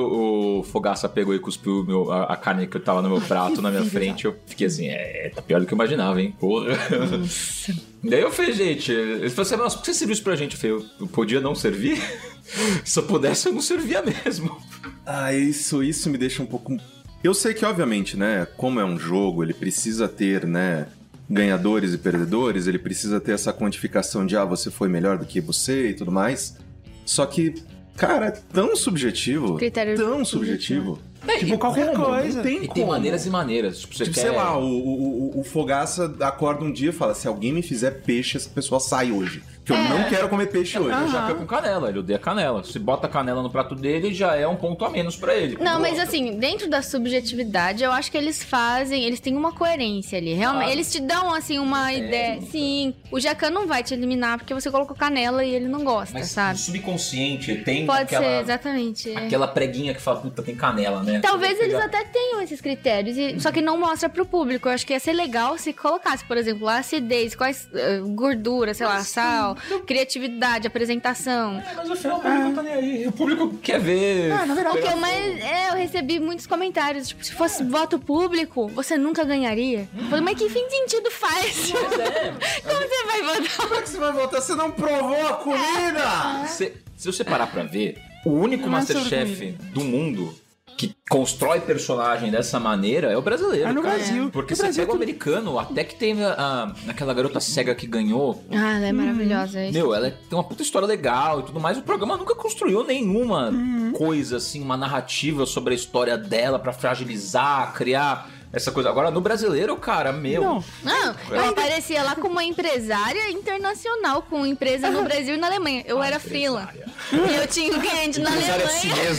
C: o Fogaça pegou e cuspiu o meu- a, a carne que eu tava no meu prato, na minha frente, eu fiquei assim, é, tá pior do que eu imaginava, hein? Porra. Daí eu falei, gente, eles falaram assim, nossa, por que você serviu isso pra gente? Eu falei, eu podia não servir? Se eu pudesse, eu não servia mesmo.
B: Ah, isso, isso me deixa um pouco. Eu sei que, obviamente, né? Como é um jogo, ele precisa ter, né? Ganhadores e perdedores, ele precisa ter essa quantificação de ah, você foi melhor do que você e tudo mais. Só que, cara, é tão subjetivo.
D: Critério
B: tão subjetivo.
A: Tipo, qualquer
B: Como?
A: coisa.
B: Não tem
C: E tem
B: como.
C: maneiras e maneiras. Tipo, você
B: Tipo,
C: quer...
B: sei lá, o, o, o- o Fogaça acorda um dia e fala: se alguém me fizer peixe, essa pessoa sai hoje. Porque eu não quero comer peixe hoje.
C: Ele já fica com canela, ele odeia canela. Se bota canela no prato dele, já é um ponto a menos pra ele.
D: Não, mas assim, dentro da subjetividade, eu acho que eles fazem, eles têm uma coerência ali. Realmente,
C: Claro.
D: eles te dão assim
C: É,
D: uma ideia. Sim, o Jacan não vai te eliminar porque você colocou canela e ele não gosta,
C: Mas
D: sabe?
C: o subconsciente tem
D: Pode ser,
C: aquela,
D: exatamente. é.
C: aquela preguinha que fala, puta, tem canela, né?
D: Talvez
C: Eu
D: eles
C: já-
D: até tenham esses critérios, e- só que não mostra pro público. Eu acho que ia ser legal se colocasse, por exemplo, a acidez, quais eh, gordura, sei lá, sal, criatividade, apresentação.
C: É, Mas no final o público não tá nem aí. O público quer ver.
A: Ah, na verdade,
D: Porque eu, mais, é, eu recebi muitos comentários, tipo, se fosse voto público, você nunca ganharia. Eu falei, mas que fim de sentido faz?
A: é.
D: Como você vai votar?
B: Como é que você vai voltar? Você não provou a comida!
C: Se, se você parar pra ver, o único Masterchef do mundo que constrói personagem dessa maneira é o brasileiro.
A: É no
C: cara.
A: Brasil.
C: Porque
A: No
C: você
A: Brasil
C: pega o
A: tudo-
C: americano, até que tem a- a- aquela garota cega que ganhou.
D: Ah, ela é maravilhosa. isso.
C: Meu, ela é, tem uma puta história legal e tudo mais. O programa nunca construiu nenhuma coisa, assim, uma narrativa sobre a história dela pra fragilizar, criar essa coisa. Agora, no brasileiro, cara, meu.
A: Não.
D: Não, eu aparecia lá como uma empresária internacional, com empresa no Brasil e na Alemanha. Eu era freela. E eu tinha um cliente na
C: Empresário é si
D: Alemanha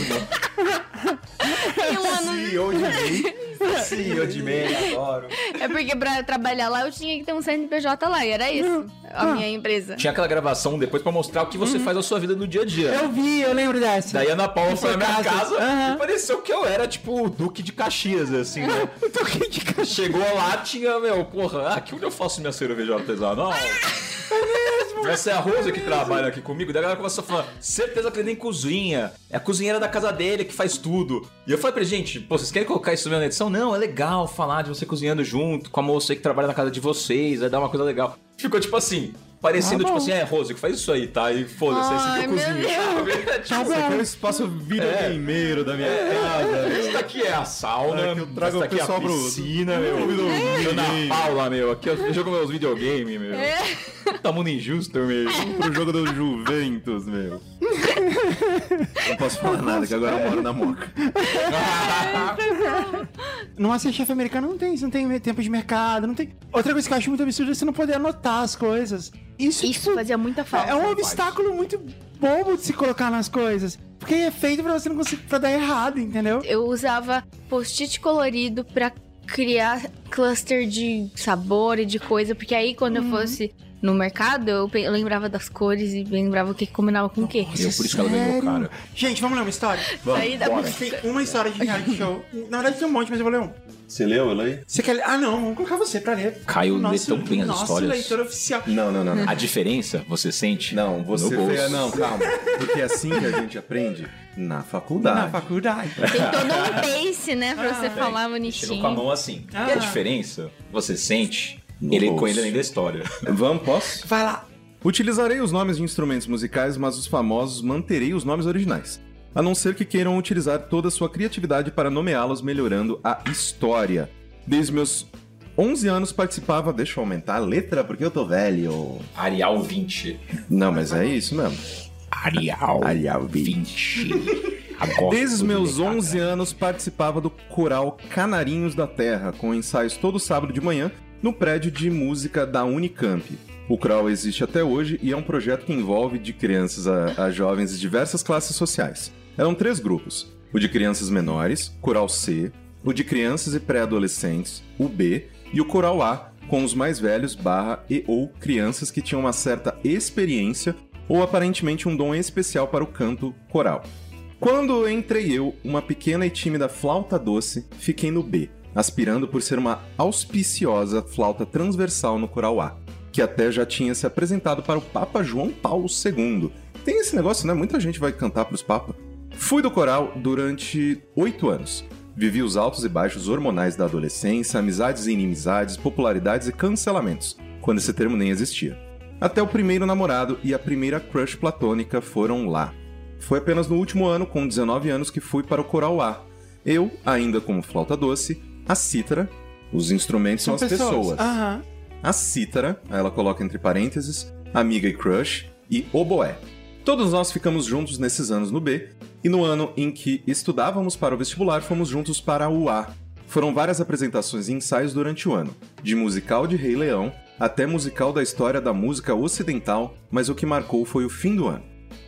C: mesmo.
D: e um ano
B: CEO de mim. CEO de mim, adoro.
D: É porque pra trabalhar lá eu tinha que ter um CNPJ lá, e era isso. A minha empresa.
C: Tinha aquela gravação depois pra mostrar o que você faz na sua vida no dia a dia.
A: Eu vi, eu lembro dessa.
C: Daí a Ana Paula
A: Não
C: foi
A: foi
C: na minha casa
A: casa. Aham.
C: e pareceu que eu era, tipo, o Duque de Caxias, assim, né? o Duque de Caxias. Chegou lá, tinha, meu, porra, aqui onde eu faço minha cerveja artesanal? É mesmo? Essa é a Rosa que trabalha aqui comigo. Daí ela começa a falar, certeza que ele nem cozinha. É a cozinheira da casa dele que faz tudo. E eu falei pra ele, gente, pô, vocês querem colocar isso mesmo na edição? Não, é legal falar de você cozinhando junto com a moça que trabalha na casa de vocês, vai dar uma coisa legal. Ficou tipo assim... parecendo,
A: Tá bom.
C: tipo assim, é, Rose, faz isso aí, tá? E foda-se, aí você
D: Ai,
C: fica
D: meu
C: cozinhando. Tá tipo,
B: Esse aqui é o espaço videogameiro da minha casa. meu.
C: Essa daqui é a sauna,
B: É, que eu trago
C: essa
B: o
C: aqui é a
B: pessoal pro-
C: piscina,
B: É.
C: meu. Ana Paula, é meu. Aqui é eu jogo meus videogames, meu. Tá mundo injusto, meu.
B: pro jogo do Juventus, meu. Não posso falar nada, que agora eu moro na Moca.
A: No Masterchef americano não tem isso, não tem tempo de mercado, não tem. Outra coisa que eu acho muito absurda é você não poder anotar as coisas. Isso,
D: Isso
A: tipo,
D: fazia muita falta.
A: é um obstáculo muito bobo de se colocar nas coisas. Porque é feito pra você não conseguir pra dar errado, entendeu?
D: Eu usava post-it colorido pra criar cluster de sabor e de coisa, porque aí quando eu fosse no mercado, eu pe- eu lembrava das cores e lembrava o que combinava com o quê.
C: Eu, por isso que ela ganhou,
A: Sério?
C: cara.
A: Gente, vamos ler uma história?
D: Aí dá
C: bora.
A: Tem uma história de reality show. Na verdade tem um monte, mas eu vou ler um.
B: Você leu ela aí?
A: Você quer ler? Ah, não, vamos colocar você pra ler.
C: Caio lê
A: Nosso-
C: tão bem as
A: nosso
C: histórias.
A: leitor oficial.
B: Não, não, não. não.
C: A diferença você sente?
B: Não, você
C: no bolso.
B: fez. Não, calma. Porque é assim que a gente aprende na
A: Na
B: faculdade.
A: faculdade.
D: Tem todo um pace, né, pra você falar
C: Tirou com a
D: bonitinho.
C: mão assim.
A: Ah.
C: E a diferença você sente?
B: No
C: Ele
B: bolso.
C: com ele além da história.
B: Vamos, posso?
A: Vai lá.
B: Utilizarei os nomes de instrumentos musicais, mas os famosos manterei os nomes originais. A não ser que queiram utilizar toda a sua criatividade para nomeá-los, melhorando a história. Desde meus 11 anos participava. Deixa eu aumentar a letra porque eu tô velho.
C: Arial 20.
B: Não, mas é isso mesmo.
C: Arial
B: Arial
C: 20.
B: Desde os meus 11 anos participava do coral Canarinhos da Terra, com ensaios todo sábado de manhã no prédio de música da Unicamp. O coral existe até hoje e é um projeto que envolve de crianças a, a jovens de diversas classes sociais. Eram três grupos: o de crianças menores, coral C, o de crianças e pré-adolescentes, o B, e o coral A, com os mais velhos barra e ou crianças que tinham uma certa experiência ou aparentemente um dom especial para o canto coral. Quando entrei eu, uma pequena e tímida flauta doce, fiquei no B, aspirando por ser uma auspiciosa flauta transversal no coral A, que até já tinha se apresentado para o Papa João Paulo II. Tem esse negócio, né? Muita gente vai cantar para os papas. Fui do coral durante oito anos. Vivi os altos e baixos hormonais da adolescência, amizades e inimizades, popularidades e cancelamentos, quando esse termo nem existia. Até o primeiro namorado e a primeira crush platônica foram lá. Foi apenas no último ano, com 19 anos, que fui para o coral A. Eu, ainda como flauta doce, a cítara, os instrumentos são, as pessoas.
A: Aham.
B: A cítara, aí ela coloca entre parênteses, amiga e crush, e oboé. Todos nós ficamos juntos nesses anos no B, e no ano em que estudávamos para o vestibular, fomos juntos para o A. Foram várias apresentações e ensaios durante o ano, de musical de Rei Leão até musical da história da música ocidental, mas o que marcou foi o fim do ano.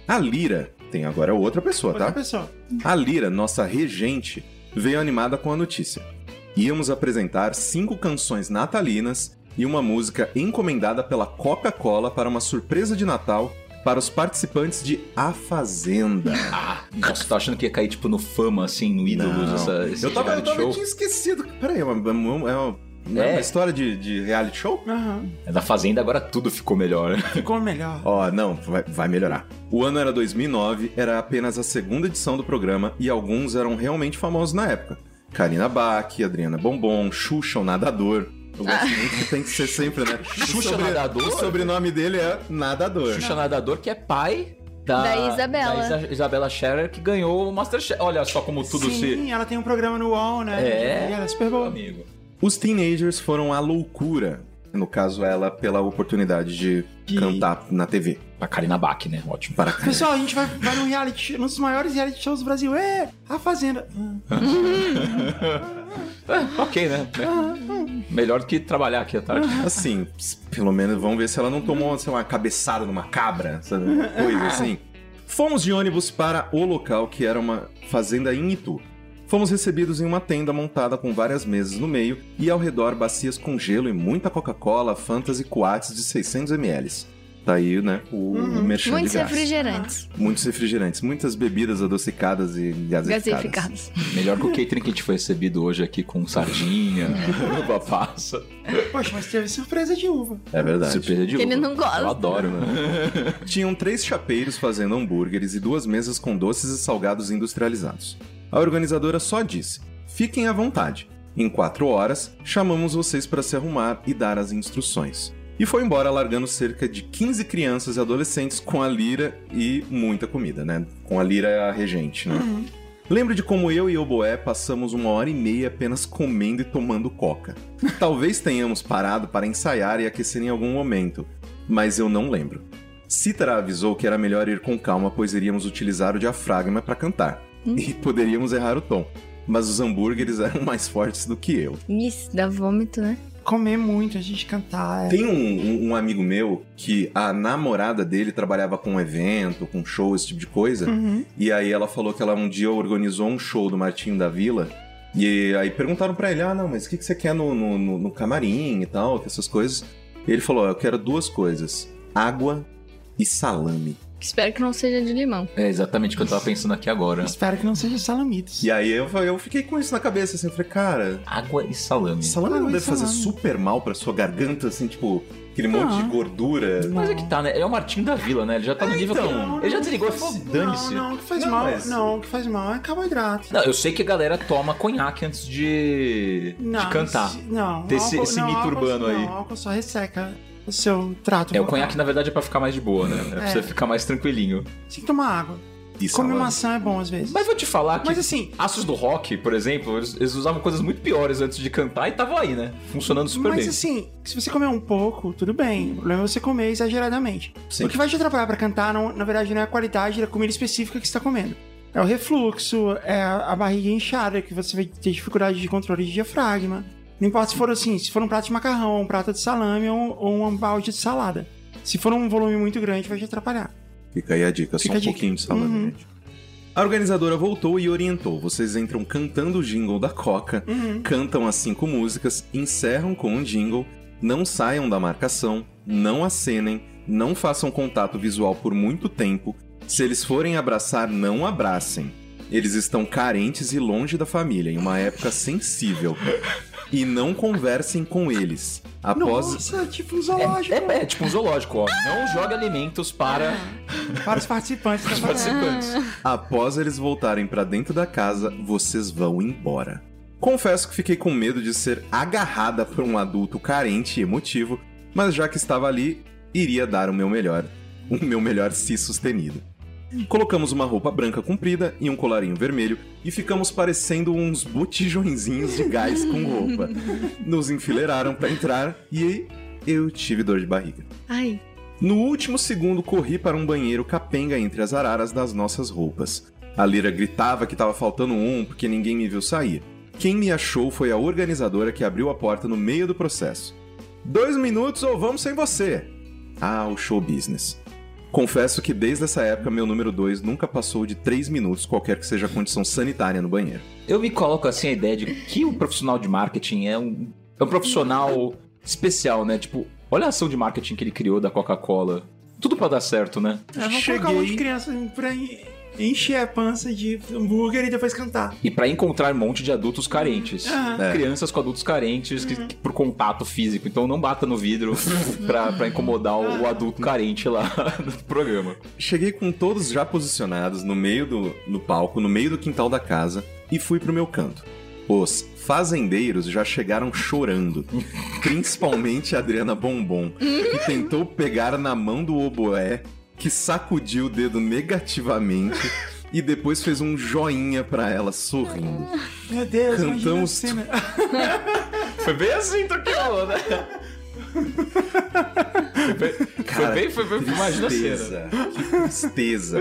B: A Lira, tem agora outra pessoa,
A: Outra
B: tá?
A: pessoa.
B: A Lira, nossa regente, veio animada com a notícia. Íamos apresentar cinco canções natalinas e uma música encomendada pela Coca-Cola para uma surpresa de Natal para os participantes de A Fazenda.
C: Ah, nossa, tá achando que ia cair tipo no fama, assim, no ídolos,
B: Não.
C: essa, esse
B: eu tava, eu
C: reality
B: tava
C: show?
B: tinha esquecido. Peraí, é uma, é uma- é uma- é uma
C: É.
B: história de, de reality show?
A: Aham.
C: É Da Fazenda agora tudo ficou melhor.
A: Ficou melhor.
B: Ó, não, vai, vai melhorar. O ano era 2009, era apenas a segunda edição do programa e alguns eram realmente famosos na época. Karina Bach, Adriana Bombom, Xuxa, o nadador. Eu gosto muito que tem que ser sempre, né?
C: Xuxa,
B: O
C: nadador?
B: O sobrenome dele é Nadador.
C: Xuxa Nadador, que é pai da,
D: Da Isabela.
C: da Isa- Isabela Scherer, que ganhou o Masterchef. Olha só como tudo se.
A: Sim, ela tem um programa no UOL, né?
C: É.
A: E ela é super boa.
C: Amigo.
B: Os teenagers foram à loucura. No caso, ela pela oportunidade de
A: Que-
B: cantar na TV.
C: A Karina Bach, né? Ótimo.
B: Para cá.
A: Pessoal, a gente vai, vai num reality show, num dos maiores reality shows do Brasil. É, a Fazenda.
C: É, ok, né? Me- Melhor do que trabalhar aqui à tarde.
B: Assim, s- pelo menos vamos ver se ela não tomou, sei lá, uma cabeçada numa cabra, sabe? Uma coisa assim. Fomos de ônibus para o local que era uma fazenda em Itu. Fomos recebidos em uma tenda montada com várias mesas no meio e ao redor bacias com gelo e muita Coca-Cola, Fantas e coates de 600 ml. Tá aí, né? O merchan
D: Muitos
B: de gás.
D: refrigerantes,
C: Ah,
B: Muitos refrigerantes, muitas bebidas adocicadas e gaseificadas.
D: gaseificados.
C: Melhor que o catering que a gente foi recebido hoje aqui com sardinha, uva passa.
A: Poxa, mas teve surpresa de uva.
B: É verdade.
C: Surpresa de uva.
D: Ele não gosta.
C: Eu adoro, né?
B: Tinham três chapeiros fazendo hambúrgueres e duas mesas com doces e salgados industrializados. A organizadora só disse: fiquem à vontade. Em quatro horas, chamamos vocês para se arrumar e dar as instruções. e foi embora largando cerca de 15 crianças e adolescentes com a lira e muita comida, né? Com a lira é a regente, né? Lembro de como eu e Oboé passamos uma hora e meia apenas comendo e tomando coca. Talvez tenhamos parado para ensaiar e aquecer em algum momento, mas eu não lembro. Cítara avisou que era melhor ir com calma, pois iríamos utilizar o diafragma para cantar. E poderíamos errar o tom. Mas os hambúrgueres eram mais fortes do que eu.
D: Miss, dá vômito, né?
A: Comer muito, a gente cantar. É.
B: Tem um, um- um amigo meu que a namorada dele trabalhava com um evento, com show, esse tipo de coisa.
A: Uhum.
B: E aí ela falou que ela um dia organizou um show do Martinho da Vila. E aí perguntaram pra ele: ah, não, mas o que, que você quer no, no, no- no camarim e tal, que essas coisas. E ele falou: ó, eu quero duas coisas: água e salame.
D: Espero que não seja de limão.
C: É exatamente o que eu tava pensando aqui agora.
A: Espero que não seja salamitos.
B: E aí eu, eu fiquei com isso na cabeça, assim, eu falei: cara,
C: Água e salame.
B: salame
A: Água
B: não
A: e
B: deve fazer
A: salame.
B: super mal pra sua garganta, assim, tipo, aquele monte de
A: Não.
B: gordura.
C: Mas é que tá, né? Ele é o Martinho da Vila, né? Ele já tá no nível
B: então.
C: que... Ele já desligou e falou, dane-se.
A: Não, não, o que faz
B: Não,
A: mal.
B: mas-
A: Não, o que faz mal é carboidrato.
C: Não, eu sei que a galera toma conhaque antes de, de cantar.
A: esse- Não,
C: Ter esse-
A: álcool-
C: esse
A: não,
C: mito
A: álcool-
C: urbano aí.
A: Não, álcool só resseca o seu trato.
C: É, o
A: vocal.
C: conhaque, na verdade, é pra ficar mais de boa, né? É pra
A: É.
C: você ficar mais tranquilinho.
A: Tem que tomar água. Comer
B: E salame.
A: maçã é bom às vezes.
C: Mas vou te falar que
A: Mas assim,
C: Astros do rock, por exemplo, eles, eles usavam coisas muito piores antes de cantar e estavam aí, né? Funcionando super
A: mas
C: bem.
A: assim, se você comer um pouco, tudo bem. O problema é você comer exageradamente.
B: Sim.
A: O que vai te atrapalhar pra cantar, não- na verdade, não é a qualidade da comida específica que você tá comendo. É o refluxo, é a a barriga inchada, que você vai ter dificuldade de controle de diafragma. Não importa se for assim, se for um prato de macarrão, ou um prato de salame ou, um- ou um balde de salada. Se for um volume muito grande, vai te atrapalhar.
B: Fica aí a dica, só
A: Fica
B: um
A: a dica.
B: pouquinho de salame,
A: Uhum.
B: gente. A organizadora voltou e orientou. Vocês entram cantando o jingle da Coca,
A: Uhum.
B: cantam as cinco músicas, encerram com o jingle, não saiam da marcação, não acenem, não façam contato visual por muito tempo. Se eles forem abraçar, não abracem. Eles estão carentes e longe da família, em uma época sensível. E não conversem com eles. Após.
A: Nossa, tipo um zoológico.
C: É, é tipo um zoológico, ó. Não joga alimentos para
A: Para os participantes.
C: os
A: da parada.
C: participantes.
B: Após eles voltarem pra dentro da casa, vocês vão embora. Confesso que fiquei com medo de ser agarrada por um adulto carente e emotivo, mas já que estava ali, iria dar o meu melhor, o meu melhor si sustenido. Colocamos uma roupa branca comprida e um colarinho vermelho e ficamos parecendo uns botijõezinhos de gás com roupa. Nos enfileiraram pra entrar e eu tive dor de barriga.
D: Ai,
B: No último segundo, corri para um banheiro capenga entre as araras das nossas roupas. A Lira gritava que estava faltando um porque ninguém me viu sair. Quem me achou foi a organizadora que abriu a porta no meio do processo. Dois minutos ou vamos sem você! Ah, o show business. Confesso que desde essa época meu número 2 nunca passou de 3 minutos, qualquer que seja a condição sanitária no banheiro.
C: Eu me coloco assim a ideia de que o profissional de marketing é um, é um profissional especial, né? Tipo, olha a ação de marketing que ele criou da Coca-Cola. Tudo pra dar certo, né?
A: É, vamos colocar um monte de criança pra en- encher a pança de hambúrguer e depois cantar.
C: E pra encontrar um monte de adultos carentes.
A: Aham. Uhum.
B: É.
C: Crianças com adultos carentes que, que por contato físico. Então não bata no vidro pra, pra incomodar o, o adulto carente lá do programa.
B: Cheguei com todos já posicionados no meio do no palco, no meio do quintal da casa e fui pro meu canto. Os fazendeiros já chegaram chorando, principalmente a Adriana Bombom, que tentou pegar na mão do oboé, que sacudiu o dedo negativamente e depois fez um joinha pra ela sorrindo.
A: Meu Deus, imagina a
B: Cantamos
A: cena.
C: Foi bem assim, Toquiola, né? Foi bem, foi bem, foi bem, imagina a
B: Tristeza.
C: cena.
B: Que tristeza.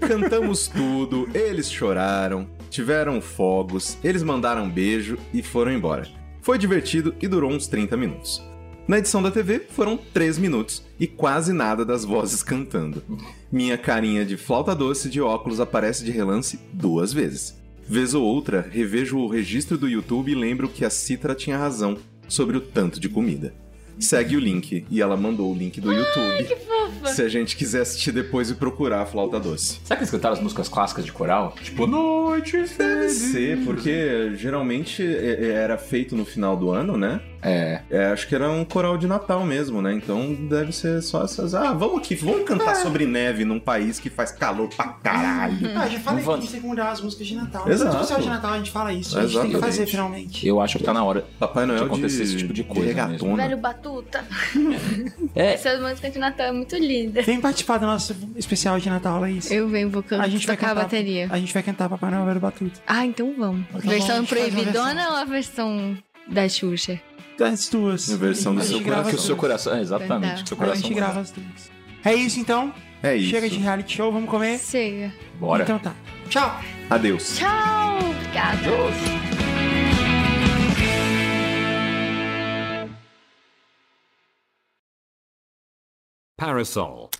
B: Cantamos tudo, eles choraram, tiveram fogos, eles mandaram um beijo e foram embora. Foi divertido e durou uns 30 minutos. Na edição da TV foram 3 minutos e quase nada das vozes cantando. Minha carinha de flauta doce de óculos aparece de relance duas vezes. Vez ou outra, revejo o registro do YouTube e lembro que a Citra tinha razão sobre o tanto de comida. Segue o link, e ela mandou o link do YouTube. Se a gente quiser assistir depois e procurar a flauta doce.
C: Será que eles cantaram as músicas clássicas de coral? Tipo,
B: Deve ser, porque geralmente é- é- era feito no final do ano, né?
C: É.
B: É, acho que era um coral de Natal mesmo, né? Então deve ser só essas. Ah, vamos aqui, vamos cantar sobre neve num país que faz calor pra caralho.
A: Ah, já falei
C: Não
A: que a
C: vamos.
A: gente tem que mudar as músicas de Natal.
B: Exato.
A: Todo especial de Natal a gente fala isso. A gente tem que
B: Exatamente.
A: fazer finalmente.
C: Eu acho que tá na hora.
B: Papai Noel
C: Que acontecer
B: de, né?
C: esse tipo de coisa
B: regatona.
D: Velho Batuta.
C: É,
D: Essa música de Natal é muito linda.
A: Vem participar do nosso especial de Natal, Laís.
D: Eu venho, vou cantar,
A: A gente vai
D: tocar a
A: cantar
D: bateria.
A: A gente vai cantar Papai Noel Velho Batuta.
D: Ah, então vamos.
A: Então vamos,
D: versão
A: a gente faz uma
D: proibidona
A: versão.
D: ou a versão da Xuxa?
A: As duas.
B: A versão do
A: A gente
B: seu
A: grava
B: coração.
C: que o seu
A: as duas.
C: coração. é, Exatamente, que o seu
A: A
C: coração.
A: gente grava as duas. É isso então.
B: É isso.
A: Chega de reality show, vamos comer.
D: Chega.
C: Bora.
A: Então tá. Tchau.
B: Adeus.
D: Tchau! Obrigada.
H: Parasol.